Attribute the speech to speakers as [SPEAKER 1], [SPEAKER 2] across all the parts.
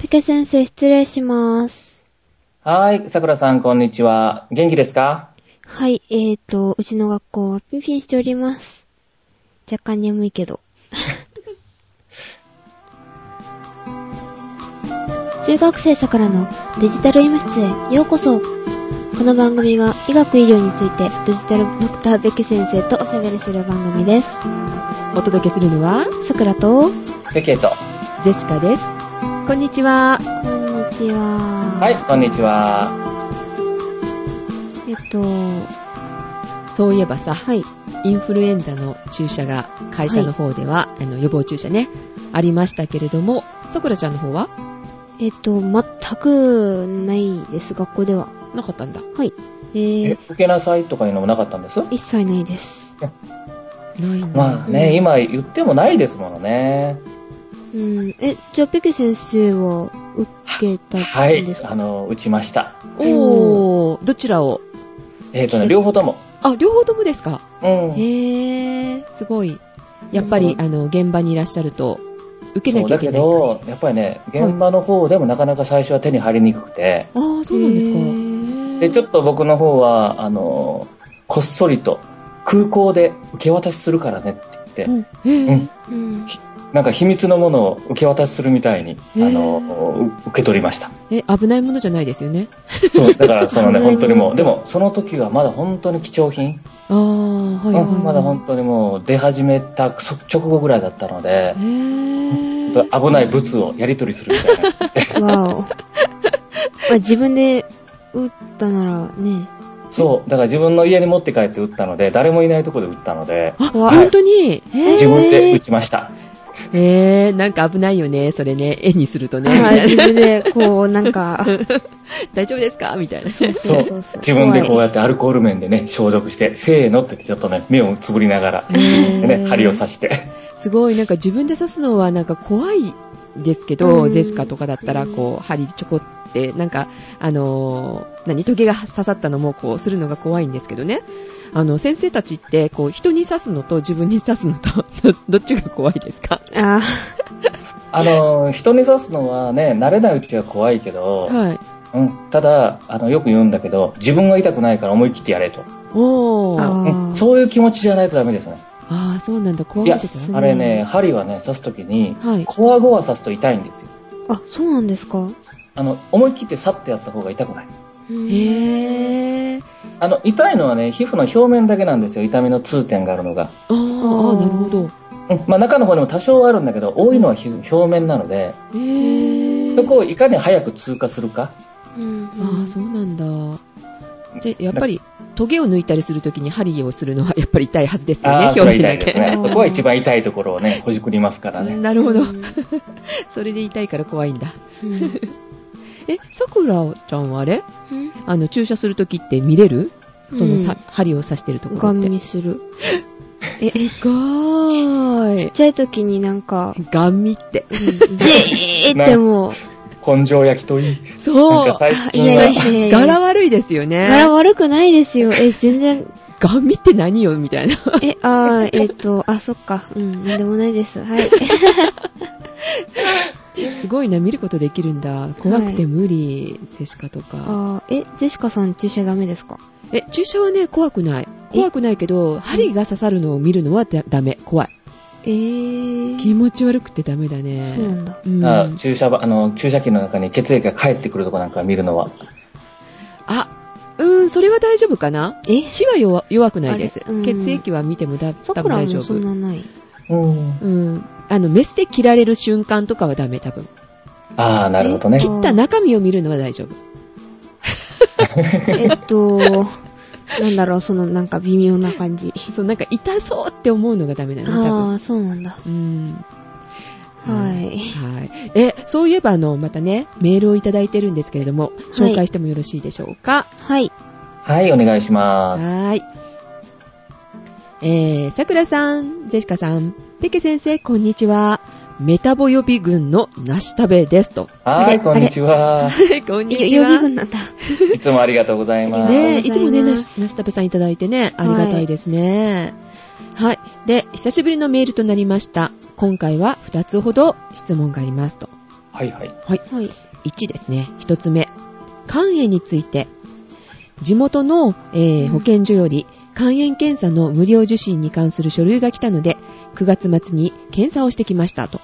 [SPEAKER 1] 介先生、失礼します。
[SPEAKER 2] はい、桜さん、こんにちは。元気ですか
[SPEAKER 1] はい、えーと、うちの学校はピンピンしております。若干眠いけ ど。中学生さくらのデジタル医務室へようこそ。この番組は医学医療についてデジタルドクターベキ先生とおしゃべりする番組です。
[SPEAKER 3] お届けするのは、
[SPEAKER 1] さくらと、こんに
[SPEAKER 2] ペケと。
[SPEAKER 3] ジェシカです。こんにちは。
[SPEAKER 1] ちは。
[SPEAKER 2] はい、こんにちは。
[SPEAKER 1] えっと、は
[SPEAKER 3] そういえばさ、
[SPEAKER 1] い。
[SPEAKER 3] インフルエンザの注射が会社の方では、あの予防注射ね、ありましたけれども、さくらちゃんの方は
[SPEAKER 1] えっと、全くないです、学校では。
[SPEAKER 3] なかったんだ。
[SPEAKER 1] はい。え
[SPEAKER 2] え、
[SPEAKER 1] ー、
[SPEAKER 2] 受けなさいとかいうのもなかったんです
[SPEAKER 1] 一切ないです。
[SPEAKER 3] ないんだ。
[SPEAKER 2] まあね、今言ってもないですものね。
[SPEAKER 1] うん。え、じゃあ、ペケ先生は受けた
[SPEAKER 2] は
[SPEAKER 1] ん
[SPEAKER 2] い
[SPEAKER 1] です、か、
[SPEAKER 2] あの、打ちました。
[SPEAKER 3] おー、どちらを
[SPEAKER 2] えっ、と
[SPEAKER 1] 季
[SPEAKER 2] ね、
[SPEAKER 1] 節
[SPEAKER 2] 両方とも。
[SPEAKER 3] あ、両方ともですか。
[SPEAKER 2] うん。
[SPEAKER 3] へー、すごい。やっぱり、
[SPEAKER 2] う
[SPEAKER 3] あの、現場にいらっしゃると、受け
[SPEAKER 2] そ
[SPEAKER 3] な
[SPEAKER 2] う
[SPEAKER 3] き
[SPEAKER 2] だ
[SPEAKER 3] ゃ
[SPEAKER 2] け
[SPEAKER 3] いけない感じ
[SPEAKER 2] ど。、やっぱりね、現場の方でもなかなか最初は手に入りにくくて、
[SPEAKER 3] あー、そうなんですか
[SPEAKER 1] へ。
[SPEAKER 2] で、ちょっと僕の方は、あの、こっそりと、空港で受け渡しするからねって言って、
[SPEAKER 3] うんへー
[SPEAKER 1] うん。
[SPEAKER 2] なんか秘密のものを受け渡しするみたいに、あ
[SPEAKER 3] へー
[SPEAKER 2] の、う受け取りました。
[SPEAKER 3] え、危ないものじゃないですよね。
[SPEAKER 2] そう、だからそのね、
[SPEAKER 1] 考え
[SPEAKER 2] 本当にも
[SPEAKER 1] 物
[SPEAKER 2] う、でもその時はまだ本当に貴重品、
[SPEAKER 3] あー、はいはい、はい。
[SPEAKER 2] まだ本当にもう出始めた直後ぐらいだったので
[SPEAKER 3] へ、ー。
[SPEAKER 2] 危ない物をやり取りするみたいな。
[SPEAKER 1] わお。まあ、自分で打ったならね。
[SPEAKER 2] そう、だから自分の家に持って帰って打ったので、誰もいないところで打ったので、
[SPEAKER 3] あ、
[SPEAKER 1] 怖い
[SPEAKER 3] 本当に
[SPEAKER 1] え
[SPEAKER 2] 自分で打ちました。
[SPEAKER 3] えー、なんか危ないよね、それね。絵にするとね。み
[SPEAKER 1] はい、
[SPEAKER 3] たい
[SPEAKER 1] 自
[SPEAKER 3] な
[SPEAKER 1] 分で、こう、なんか、
[SPEAKER 3] 大丈夫ですかみたいな。
[SPEAKER 2] そう
[SPEAKER 1] そうそうそう
[SPEAKER 2] 自分でこう
[SPEAKER 1] 怖い
[SPEAKER 2] やってアルコール面でね、消毒して、せーのってちょっとね、目をつぶりながら、
[SPEAKER 3] へー
[SPEAKER 2] ね、針を刺して。
[SPEAKER 3] すごい、なんか自分で刺すのはなんか怖いですけど、
[SPEAKER 1] うん
[SPEAKER 3] ゼシカとかだったら、こう、針ちょこって、なんか、あのー何、棘が刺さったのも、こう、するのが怖いんですけどね。あの、先生たちって、こう、人に刺すのと自分に刺すのと、 どどっちが怖いですか
[SPEAKER 1] あ
[SPEAKER 2] あの、人に刺すのはね、慣れないうちは怖いけど、
[SPEAKER 3] はい。
[SPEAKER 2] うん、ただあの、よく言うんだけど、自分が痛くないから思い切ってやれと。
[SPEAKER 3] おー。
[SPEAKER 1] あ
[SPEAKER 2] う
[SPEAKER 1] ー
[SPEAKER 2] ん、そういう気持ちじゃないとダメですね。
[SPEAKER 3] あー、そうなんだ、怖
[SPEAKER 2] い
[SPEAKER 3] い
[SPEAKER 2] や
[SPEAKER 3] です、
[SPEAKER 2] あれね、針はね、刺すときに、
[SPEAKER 3] はい。
[SPEAKER 2] こわごわ刺すと痛いんですよ。
[SPEAKER 1] あ、あ、そうなんですか
[SPEAKER 2] あの、思い切ってサッてやった方が痛くない。
[SPEAKER 3] へー。
[SPEAKER 2] あの、痛いのはね、皮膚の表面だけなんですよ、痛みの痛点があるのが。
[SPEAKER 3] あーあー、なるほど。
[SPEAKER 2] うん、まあ中の方にも多少はあるんだけど、多いのは皮膚表面なので、
[SPEAKER 3] へー
[SPEAKER 2] そこをいかに早く通過するか。
[SPEAKER 1] うん。
[SPEAKER 3] ああ、そうなんだ。じゃあ、やっぱり、トゲを抜いたりするときに針をするのは、やっぱり痛いはずですよね、
[SPEAKER 2] ああ、
[SPEAKER 3] 表
[SPEAKER 2] それは
[SPEAKER 3] 面
[SPEAKER 2] 痛
[SPEAKER 3] だ
[SPEAKER 2] いです
[SPEAKER 3] け。
[SPEAKER 2] ね。そこは一番痛いところをね、ほじくりますからね。
[SPEAKER 3] なるほど。
[SPEAKER 1] うん
[SPEAKER 3] それで痛いから怖いんだ。
[SPEAKER 1] うん
[SPEAKER 3] え、さくらちゃんはあれ
[SPEAKER 1] うん
[SPEAKER 3] あの、注射するときって見れるそのさ、
[SPEAKER 1] うん
[SPEAKER 3] 針を刺してるとこ
[SPEAKER 1] ガ
[SPEAKER 3] ろ
[SPEAKER 1] ン
[SPEAKER 3] って。
[SPEAKER 1] 見する。え、
[SPEAKER 3] す
[SPEAKER 1] ち
[SPEAKER 3] ごー
[SPEAKER 1] っ。ちゃい時になんか、
[SPEAKER 3] ガン見って。
[SPEAKER 1] ジェーってもう、
[SPEAKER 2] 根性焼きといい。なん
[SPEAKER 3] そう
[SPEAKER 2] か。
[SPEAKER 1] あ
[SPEAKER 2] 最
[SPEAKER 1] い
[SPEAKER 2] 近は。
[SPEAKER 1] やいやいやいや。
[SPEAKER 3] 柄悪いですよ
[SPEAKER 1] 柄
[SPEAKER 3] ね。
[SPEAKER 1] 悪くないですよ。え、全然、
[SPEAKER 3] ガン見って何よみたいな。
[SPEAKER 1] え、あー、えっ、と、あ、そっか。うん、なんでもないです。はい。
[SPEAKER 3] すごいな、見ることできるんだ。怖くて無理、ゼシカとか。
[SPEAKER 1] あー、え、ゼシカさん注射ダメですか
[SPEAKER 3] え、注射はね、怖くない。怖くないけど、針が刺さるのを見るのはだダメ。怖い。
[SPEAKER 1] えー。
[SPEAKER 3] 気持ち悪くてダメだ
[SPEAKER 1] そ
[SPEAKER 3] ね。
[SPEAKER 1] うなんだ。
[SPEAKER 3] うん
[SPEAKER 2] あ注射ばあの注射器の中に血液が返ってくるとこなんか見るのは。
[SPEAKER 3] あ、うーん、それは大丈夫かな
[SPEAKER 1] え
[SPEAKER 3] 血は弱弱くないです
[SPEAKER 1] あれうん。
[SPEAKER 3] 血液は見てもだ
[SPEAKER 1] さ
[SPEAKER 3] 多
[SPEAKER 1] く
[SPEAKER 3] 分
[SPEAKER 1] ら
[SPEAKER 3] 大丈
[SPEAKER 1] もそ
[SPEAKER 3] 夫
[SPEAKER 1] ん。なない。
[SPEAKER 2] うん。
[SPEAKER 3] うん。あの、メスで切られる瞬間とかはダメ、多分。
[SPEAKER 2] ああ、なるほどね
[SPEAKER 1] え。
[SPEAKER 3] 切った中身を見るのは大丈夫。
[SPEAKER 1] えっと、なんだろう、そのなんか微妙な感じ。
[SPEAKER 3] そう、なんか痛そうって思うのがダメなの、多分。
[SPEAKER 1] あー、そうなんだ。
[SPEAKER 3] うん。
[SPEAKER 1] はい。
[SPEAKER 3] はい。え、そういえば、あの、またね、メールをいただいてるんですけれども、紹介してもよろしいでしょうか。
[SPEAKER 1] はい。
[SPEAKER 2] はい、お願いします。
[SPEAKER 3] はーい。えー、さくらさん、ゼシカさん、ペケ先生、こんにちは。メタボ予備軍のなし食べです と。
[SPEAKER 1] あ
[SPEAKER 2] は
[SPEAKER 1] れ
[SPEAKER 2] い、こんにちは。
[SPEAKER 3] こん
[SPEAKER 1] 予
[SPEAKER 3] にち
[SPEAKER 1] 備
[SPEAKER 3] は。
[SPEAKER 1] 軍なんだ。
[SPEAKER 2] いつもありがとうございます。
[SPEAKER 3] ねえ、
[SPEAKER 1] あり
[SPEAKER 3] い
[SPEAKER 1] が
[SPEAKER 3] つ
[SPEAKER 1] とう
[SPEAKER 3] も
[SPEAKER 1] ござ
[SPEAKER 3] ね、
[SPEAKER 1] いま
[SPEAKER 3] な
[SPEAKER 1] す
[SPEAKER 3] しなしたべさんいただいてね、ありがたいですね。はい。で、久しぶりのメールとなりました。今回は2つほど質問がありますと。
[SPEAKER 2] はいはい。
[SPEAKER 3] はい。
[SPEAKER 1] はい。
[SPEAKER 3] 1ですね。1つ目。肝炎について。地元の、えー
[SPEAKER 1] うん
[SPEAKER 3] 保健所より肝炎検査の無料受診に関する書類が来たので、9月末に検査をしてきましたと。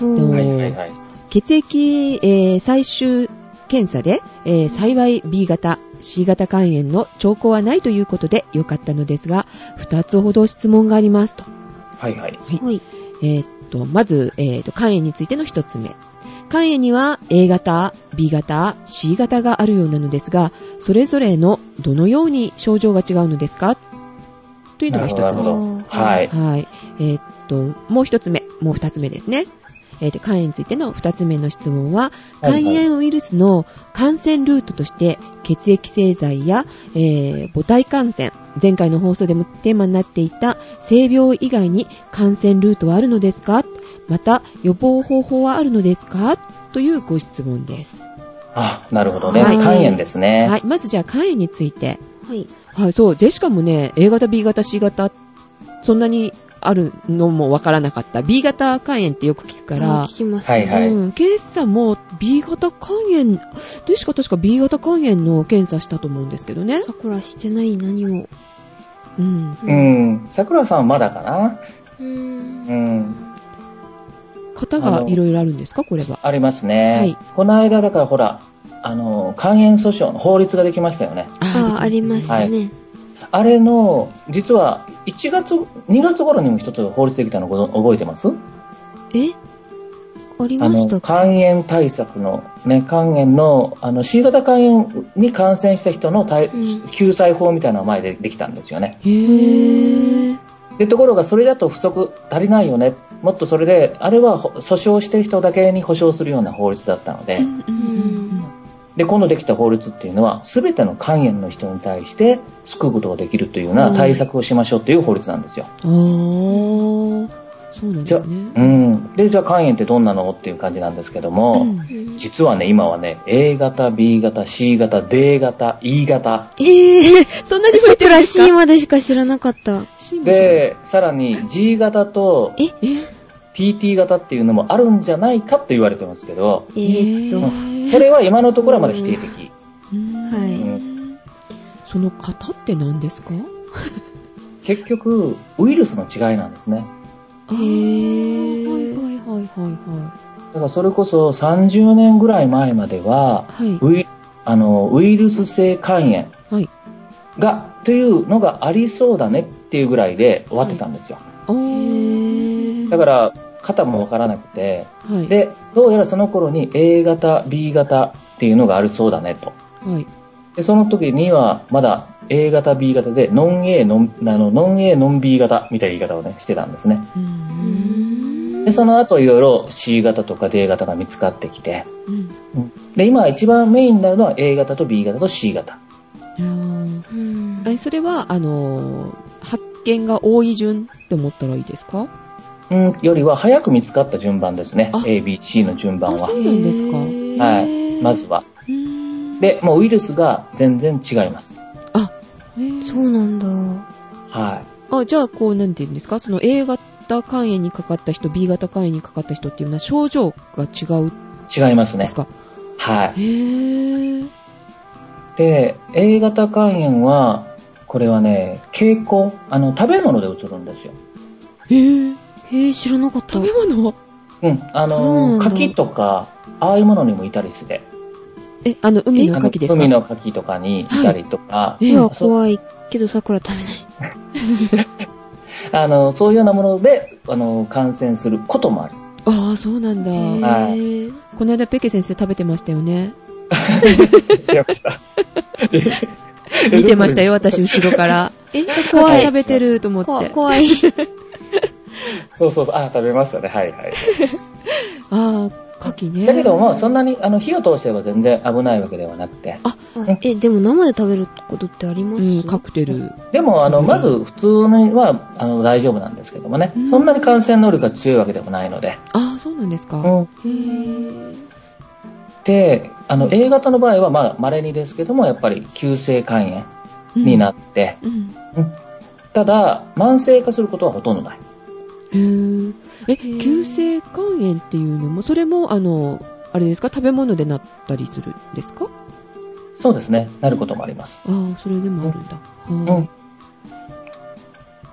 [SPEAKER 1] うん
[SPEAKER 2] はいはいはい。
[SPEAKER 3] 血液、えー最終検査で、えー幸い B 型、C 型肝炎の兆候はないということで良かったのですが、2つほど質問がありますと。
[SPEAKER 2] はいはい。
[SPEAKER 1] はい。
[SPEAKER 3] えーっと、まず、えーっと、肝炎についての一つ目。肝炎には A 型、B 型、C 型があるようなのですが、それぞれのどのように症状が違うのですかというのが一
[SPEAKER 2] な
[SPEAKER 3] つ
[SPEAKER 2] るほ
[SPEAKER 3] 目。
[SPEAKER 2] ど。はい。
[SPEAKER 3] はい。えーっと、もう一つ目、もう二つ目ですね。えーっと、肝炎についての二つ目の質問は、
[SPEAKER 2] は
[SPEAKER 3] 肝
[SPEAKER 2] いはい
[SPEAKER 3] 炎ウイルスの感染ルートとして、血液製剤や、えー母体感染、前回の放送でもテーマになっていた性病以外に感染ルートはあるのですかまた、予防方法はあるのですかというご質問です。
[SPEAKER 2] あ、なるほどね。
[SPEAKER 3] はい
[SPEAKER 2] 肝炎ですね。
[SPEAKER 3] はい。まずじゃあ、肝炎について。
[SPEAKER 1] はい。
[SPEAKER 3] はい、そう、ジェシカもね、A 型、B 型、C 型、そんなにあるのもわからなかった。B 型肝炎ってよく聞くから
[SPEAKER 1] あ、聞きます。
[SPEAKER 2] はいはい。
[SPEAKER 3] うん、検査も B 型肝炎、ジェシカ確か B 型肝炎の検査したと思うんですけどね。
[SPEAKER 1] さくらしてない何も。
[SPEAKER 3] うん。
[SPEAKER 2] う。ん。桜さんはまだかな
[SPEAKER 1] うーん
[SPEAKER 2] う。ん。
[SPEAKER 3] 型がいろいろあるんですか、これは。
[SPEAKER 2] ありますね。
[SPEAKER 3] はい
[SPEAKER 2] この間、だからほら、あの、肝炎訴訟の法律ができましたよね。
[SPEAKER 1] ああ、ありまし
[SPEAKER 2] す
[SPEAKER 3] たね
[SPEAKER 1] たね。
[SPEAKER 2] あれの、実は、1月、2月頃にも一つ法律できたのご存覚えてます
[SPEAKER 1] えあり
[SPEAKER 2] あ
[SPEAKER 1] ま
[SPEAKER 2] の、
[SPEAKER 1] した
[SPEAKER 2] 肝
[SPEAKER 1] か
[SPEAKER 2] 炎対策の、ね、肝炎の、あの、C 型肝炎に感染した人の対、
[SPEAKER 1] うん
[SPEAKER 2] 救済法みたいなのが前でできたんですよね。
[SPEAKER 3] へぇー。
[SPEAKER 2] で、ところがそれだと不足足りないよね。もっとそれで、あれはほ訴訟してる人だけに保障するような法律だったので、
[SPEAKER 3] うんうん
[SPEAKER 2] で、今度できた法律っていうのは、すべての肝炎の人に対して救うことができるというような対策をしましょうという法律なんですよ。
[SPEAKER 3] うんあー、そうなんですね。
[SPEAKER 2] うん。で、じゃあ肝炎ってどんなのっていう感じなんですけども、
[SPEAKER 3] うん
[SPEAKER 1] うん
[SPEAKER 2] 実はね、今はね、A 型、B 型、C 型、D 型、E 型、
[SPEAKER 3] えー、そんなに増えてるん
[SPEAKER 1] ら
[SPEAKER 3] ですか
[SPEAKER 1] C までしか知らなかった。
[SPEAKER 3] しましょう
[SPEAKER 2] で、さらに G 型と
[SPEAKER 1] え
[SPEAKER 2] PT 型っていうのもあるんじゃないかと言われてますけど、
[SPEAKER 1] えーっと
[SPEAKER 3] え。
[SPEAKER 2] それは今のところはまだ否定的。
[SPEAKER 1] はい
[SPEAKER 3] その型って何ですか
[SPEAKER 2] 結局、ウイルスの違いなんですね。
[SPEAKER 1] へー
[SPEAKER 3] はいはいはいはい
[SPEAKER 2] だからそれこそ30年ぐらい前までは、
[SPEAKER 3] はい。はい。
[SPEAKER 2] ウイあのウイルス性肝炎
[SPEAKER 3] はい。
[SPEAKER 2] が、というのがありそうだねっていうぐらいで終わってたんですよ。
[SPEAKER 3] おー。
[SPEAKER 2] だから、肩もわからなくて、
[SPEAKER 3] はい。
[SPEAKER 2] で、どうやらその頃に A 型、B 型っていうのがあるそうだねと。
[SPEAKER 3] はい。
[SPEAKER 2] で、その時にはまだ A 型、B 型で、ノン A、ノン、あの、ノン A、ノン B 型みたいな言い方をね、してたんですね。
[SPEAKER 3] うーん。
[SPEAKER 2] で、その後いろいろ C 型とか D 型が見つかってきて、
[SPEAKER 3] うん。
[SPEAKER 2] で、今一番メインになるのは A 型と B 型と C 型。
[SPEAKER 3] あ
[SPEAKER 1] うん
[SPEAKER 3] ーえ、それは、あのー、発見が多い順って思ったらいいですか
[SPEAKER 2] うん、よりは早く見つかった順番ですね
[SPEAKER 3] あ。
[SPEAKER 2] A、B、C の順番
[SPEAKER 3] あ、
[SPEAKER 2] は
[SPEAKER 3] そ。うなんですか。。
[SPEAKER 1] へー
[SPEAKER 2] はいまず。は。
[SPEAKER 3] うーん、
[SPEAKER 2] で、もうウイルスが全然違います。
[SPEAKER 3] あ、へー
[SPEAKER 1] そうなんだ。
[SPEAKER 2] は
[SPEAKER 3] あ、じゃあ、こう、なんて言うんですか、その A 型肝炎にかかった人、B 型肝炎にかかった人っていうのは症状が違うん
[SPEAKER 2] い。違います
[SPEAKER 3] で
[SPEAKER 2] ね
[SPEAKER 3] す。か、
[SPEAKER 2] はい。
[SPEAKER 3] へぇー。
[SPEAKER 2] で、A 型肝炎は、これはね、傾向、あの、食べ物でうつるんですよ。
[SPEAKER 3] へぇー。
[SPEAKER 1] へえ、知らなかった。
[SPEAKER 3] 食べ物
[SPEAKER 2] うん。あ
[SPEAKER 1] そうなん
[SPEAKER 2] の、
[SPEAKER 1] だ
[SPEAKER 2] 柿とか、ああいうものにもいたりして。
[SPEAKER 3] え、あの、海
[SPEAKER 2] あの
[SPEAKER 3] の牡蠣ですか
[SPEAKER 2] 海の柿とかにいたりとか、
[SPEAKER 3] え
[SPEAKER 1] うわ、
[SPEAKER 2] そう
[SPEAKER 1] 怖いけど桜食べない。
[SPEAKER 2] あの、そういうようなもので、あの、感染することもある。
[SPEAKER 3] ああ、そうなんだ。
[SPEAKER 2] はい
[SPEAKER 1] へえ
[SPEAKER 3] この間、ペケ先生食べてましたよね。
[SPEAKER 2] 違いました。
[SPEAKER 3] 見てましたよ、私、後ろから。
[SPEAKER 1] え、
[SPEAKER 3] 怖
[SPEAKER 1] 怖
[SPEAKER 3] い。
[SPEAKER 1] い
[SPEAKER 3] 食。べてると思っ
[SPEAKER 1] 怖
[SPEAKER 3] て。
[SPEAKER 1] 怖い。
[SPEAKER 2] そうそうそう、あ、食べましたね、はいはい。
[SPEAKER 3] ああ、牡蠣ね。
[SPEAKER 2] だけども、そんなに、あの、火を通せば全然危ないわけではなくて。
[SPEAKER 1] あえ、でも生で食べることってありま
[SPEAKER 3] う
[SPEAKER 1] す
[SPEAKER 3] ん、カクテル。
[SPEAKER 2] でも、あの、
[SPEAKER 3] うん
[SPEAKER 2] まず、普通には、あの、大丈夫なんですけどもね
[SPEAKER 3] うん。
[SPEAKER 2] そんなに感染能力が強いわけでもないので。
[SPEAKER 3] ああ、そうなんですか。
[SPEAKER 2] うん。
[SPEAKER 3] へー
[SPEAKER 2] で、あの、A 型の場合は、まあ、稀にですけども、やっぱり、急性肝炎になって、
[SPEAKER 3] うん。
[SPEAKER 2] ただ、慢性化することはほとんどない。
[SPEAKER 3] へーえ、
[SPEAKER 1] ー
[SPEAKER 3] 急性肝炎っていうのも、それも、あの、あれですか、食べ物でなったりするんですか
[SPEAKER 2] そうですね、なることもあります。
[SPEAKER 3] ああ、それでもあるんだ。
[SPEAKER 2] う
[SPEAKER 3] は
[SPEAKER 2] ん。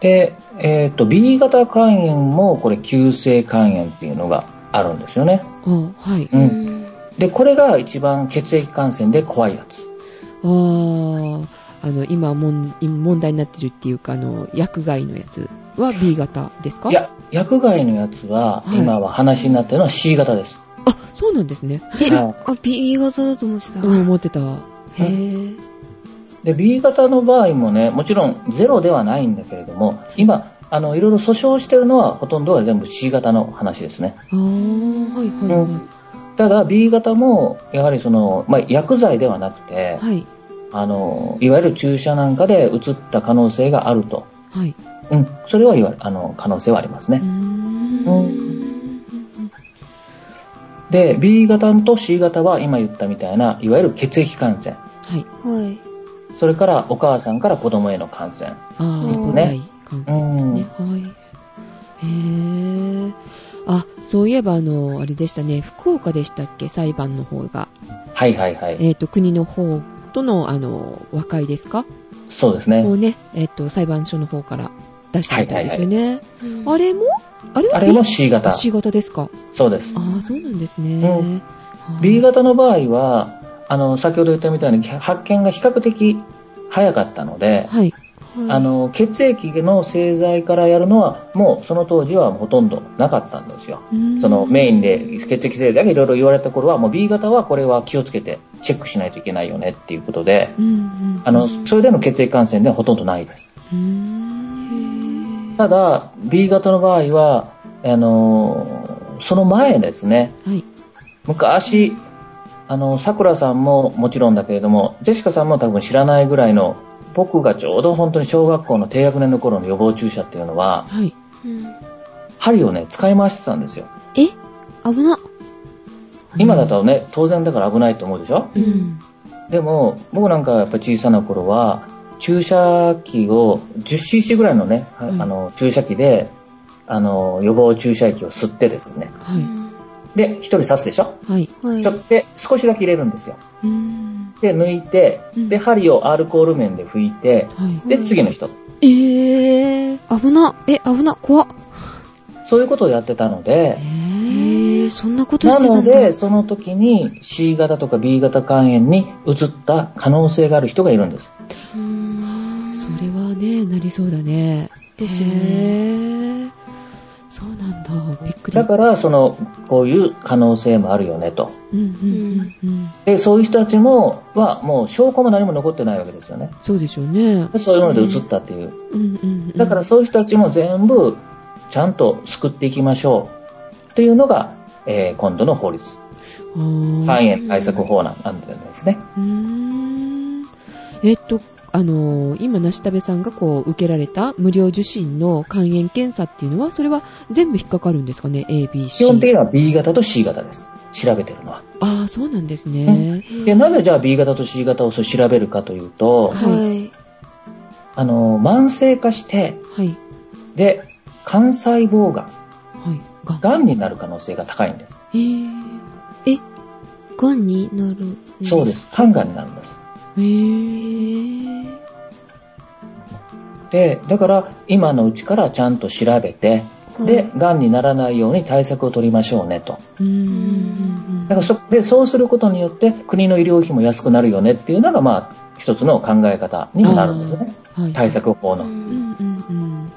[SPEAKER 2] で、えっ、と、B 型肝炎も、これ、急性肝炎っていうのがあるんですよね。
[SPEAKER 3] あ、ああはい。
[SPEAKER 2] う。
[SPEAKER 1] うんん。
[SPEAKER 2] で、これが一番血液感染で怖いやつ。
[SPEAKER 3] ああ、あの、今もん、問題になってるっていうか、あの、薬害のやつは B 型ですか
[SPEAKER 2] い、や、薬害のやつは、
[SPEAKER 3] はい
[SPEAKER 2] 今は話になってるのは C 型です。
[SPEAKER 3] あ、そうなんですね。
[SPEAKER 1] え、
[SPEAKER 2] はい
[SPEAKER 1] あ、B 型だと思ってた。
[SPEAKER 3] うん、思ってた。へ
[SPEAKER 1] へ
[SPEAKER 3] え。
[SPEAKER 1] ぇ。
[SPEAKER 2] で、B 型の場合もね、もちろんゼロではないんだけれども、今、あの、いろいろ訴訟してるのは、ほとんどは全部 C 型の話ですね。
[SPEAKER 3] ああ、はいはいは
[SPEAKER 2] ただ、B 型も、やはりその、まあ、薬剤ではなくて
[SPEAKER 3] い。、はい。
[SPEAKER 2] あの、いわゆる注射なんかで移った可能性があると。
[SPEAKER 3] はい。
[SPEAKER 2] うん、それは言わあの可能性はあります
[SPEAKER 3] うー
[SPEAKER 2] ね。
[SPEAKER 3] ん
[SPEAKER 2] うで、B 型と C 型は今言ったみたいな、いわゆる血液感染。
[SPEAKER 3] はい。
[SPEAKER 1] はい。
[SPEAKER 2] それからお母さんから子供への感染。
[SPEAKER 3] ああ、
[SPEAKER 1] そう
[SPEAKER 3] 個
[SPEAKER 2] ね
[SPEAKER 3] 体感染ですね。はい。へえ。あ、そういえば、あの、あれでしたね。福岡でしたっけ裁判の方が。
[SPEAKER 2] はいはいはい。
[SPEAKER 3] えっ、と、国の方との、あの、和解ですか
[SPEAKER 2] そうですね
[SPEAKER 3] を。ね、えっ、と、裁判所の方から出したみたいですよね。
[SPEAKER 1] うん
[SPEAKER 3] あれもあれは
[SPEAKER 2] あれも C 型。
[SPEAKER 3] 仕事ですか
[SPEAKER 2] そうです。
[SPEAKER 3] ああ、そうなんですね。
[SPEAKER 2] うん
[SPEAKER 3] はい
[SPEAKER 2] B 型の場合は、あの、先ほど言ったみたいに発見が比較的早かったので、
[SPEAKER 3] はい。
[SPEAKER 1] はい
[SPEAKER 2] あ、の、血液の製剤からやるのは、もうその当時はほとんどなかったんですよ。そのメインで血液製剤がいろいろ言われた頃は、もう B 型はこれは気をつけてチェックしないといけないよねっていうことで、
[SPEAKER 3] うんうん、
[SPEAKER 2] あの、それでの血液感染ではほとんどないです。
[SPEAKER 3] うーん
[SPEAKER 2] ただ、B 型の場合は、あのー、その前ですね、
[SPEAKER 3] はい。
[SPEAKER 2] 昔、あの、桜さんももちろんだけれども、ジェシカさんも多分知らないぐらいの、僕がちょうど本当に小学校の低学年の頃の予防注射っていうのは、
[SPEAKER 3] はい。
[SPEAKER 1] うん
[SPEAKER 2] 針をね、使い回してたんですよ。
[SPEAKER 1] え危な。
[SPEAKER 2] 今だとね、当然だから危ないと思うでしょ
[SPEAKER 3] うん。
[SPEAKER 2] でも、僕なんかやっぱり小さな頃は、注射器を 10cc ぐらいのね、は
[SPEAKER 3] うん
[SPEAKER 2] あの、注射器で、あの、予防注射液を吸ってですね。
[SPEAKER 3] は
[SPEAKER 1] う
[SPEAKER 3] い。
[SPEAKER 1] ん
[SPEAKER 2] で、一人刺すでしょ
[SPEAKER 3] はい。
[SPEAKER 1] はい。
[SPEAKER 2] ちょっと少しだけ入れるんですよ。
[SPEAKER 3] うーん。
[SPEAKER 2] で、抜いて、
[SPEAKER 3] うん
[SPEAKER 2] で、針をアルコール面で拭いて、
[SPEAKER 3] はい。
[SPEAKER 2] で、
[SPEAKER 1] うん
[SPEAKER 2] 次の人。
[SPEAKER 3] えー。
[SPEAKER 1] 危な。え、危な。怖っ。
[SPEAKER 2] そういうことをやってたので、
[SPEAKER 3] え
[SPEAKER 1] へ
[SPEAKER 3] ー。
[SPEAKER 1] ぇ、そんなことし
[SPEAKER 2] な
[SPEAKER 1] てた
[SPEAKER 2] の
[SPEAKER 1] んだ。
[SPEAKER 2] で、その時に C 型とか B 型肝炎に移った可能性がある人がいるんです。
[SPEAKER 1] うん
[SPEAKER 3] それはね、なりそうだね。
[SPEAKER 1] ですよね
[SPEAKER 3] へーそうなんだ。びっくり。
[SPEAKER 2] だから、その、こういう可能性もあるよね、と。
[SPEAKER 3] うんうんうんうん。
[SPEAKER 2] で、そういう人たちも、は、もう証拠も何も残ってないわけですよね。
[SPEAKER 3] そうでしょうね。
[SPEAKER 2] そういうので移ったっていう。
[SPEAKER 3] うんうん。
[SPEAKER 2] だから、そういう人たちも全部、ちゃんと救っていきましょう。というのが、えー今度の法律。
[SPEAKER 3] うん、あー
[SPEAKER 2] 肝炎対策法なんなんですね。
[SPEAKER 3] うーんえっと、あのー今、梨田部さんがこう受けられた無料受診の肝炎検査っていうのは、それは全部引っかかるんですかね、A、B、C。
[SPEAKER 2] 基本的には B 型と C 型です。調べてるのは。
[SPEAKER 3] ああ、そうなんですね。
[SPEAKER 2] で、なぜじゃあ B 型と C 型をそう調べるかというと、
[SPEAKER 1] はい。
[SPEAKER 2] あの、慢性化して、
[SPEAKER 3] はい。
[SPEAKER 2] で、肝細胞がん、
[SPEAKER 3] はい。が、
[SPEAKER 2] がんになる可能性が高いんです。
[SPEAKER 3] えー、
[SPEAKER 1] がんになる。。
[SPEAKER 2] そうですす。肝がんになるんです。
[SPEAKER 3] え
[SPEAKER 1] へ
[SPEAKER 3] ー、
[SPEAKER 1] ぇ。
[SPEAKER 2] で、だから、今のうちからちゃんと調べて、で、がんにならないように対策を取りましょうねと。
[SPEAKER 3] うーん。
[SPEAKER 2] だからそで、そうすることによって、国の医療費も安くなるよねっていうのが、まあ、一つの考え方にもなるんですね。
[SPEAKER 3] あーはい。
[SPEAKER 2] 対策法
[SPEAKER 1] う
[SPEAKER 2] の。
[SPEAKER 3] うんんうんうん。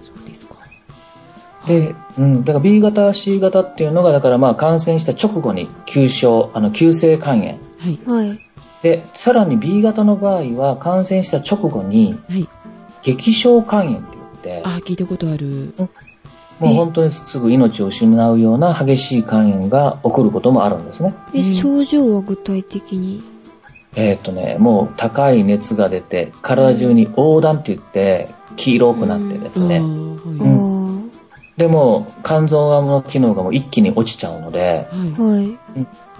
[SPEAKER 3] そうですか。はい
[SPEAKER 2] で、うん、だから B 型、C 型っていうのが、だからまあ感染した直後に急症、あの、急性肝炎。
[SPEAKER 3] はい。
[SPEAKER 1] はい。
[SPEAKER 2] で、さらに B 型の場合は、感染した直後に、
[SPEAKER 3] はい。
[SPEAKER 2] 激症肝炎って言って、
[SPEAKER 3] ああ、聞いたことある。
[SPEAKER 2] もう本当にすぐ命を失うような激しい肝炎が起こることもあるんですね。
[SPEAKER 1] え、
[SPEAKER 3] うん
[SPEAKER 1] 症状は具体的に。
[SPEAKER 2] えーっ、とね、もう高い熱が出て、体中に横断って言って、黄色くなってですね。
[SPEAKER 3] あ
[SPEAKER 1] あ
[SPEAKER 3] あ、は
[SPEAKER 1] ー
[SPEAKER 2] でも、肝臓の機能がもう一気に落ちちゃうので、
[SPEAKER 3] い。はい。
[SPEAKER 1] はい。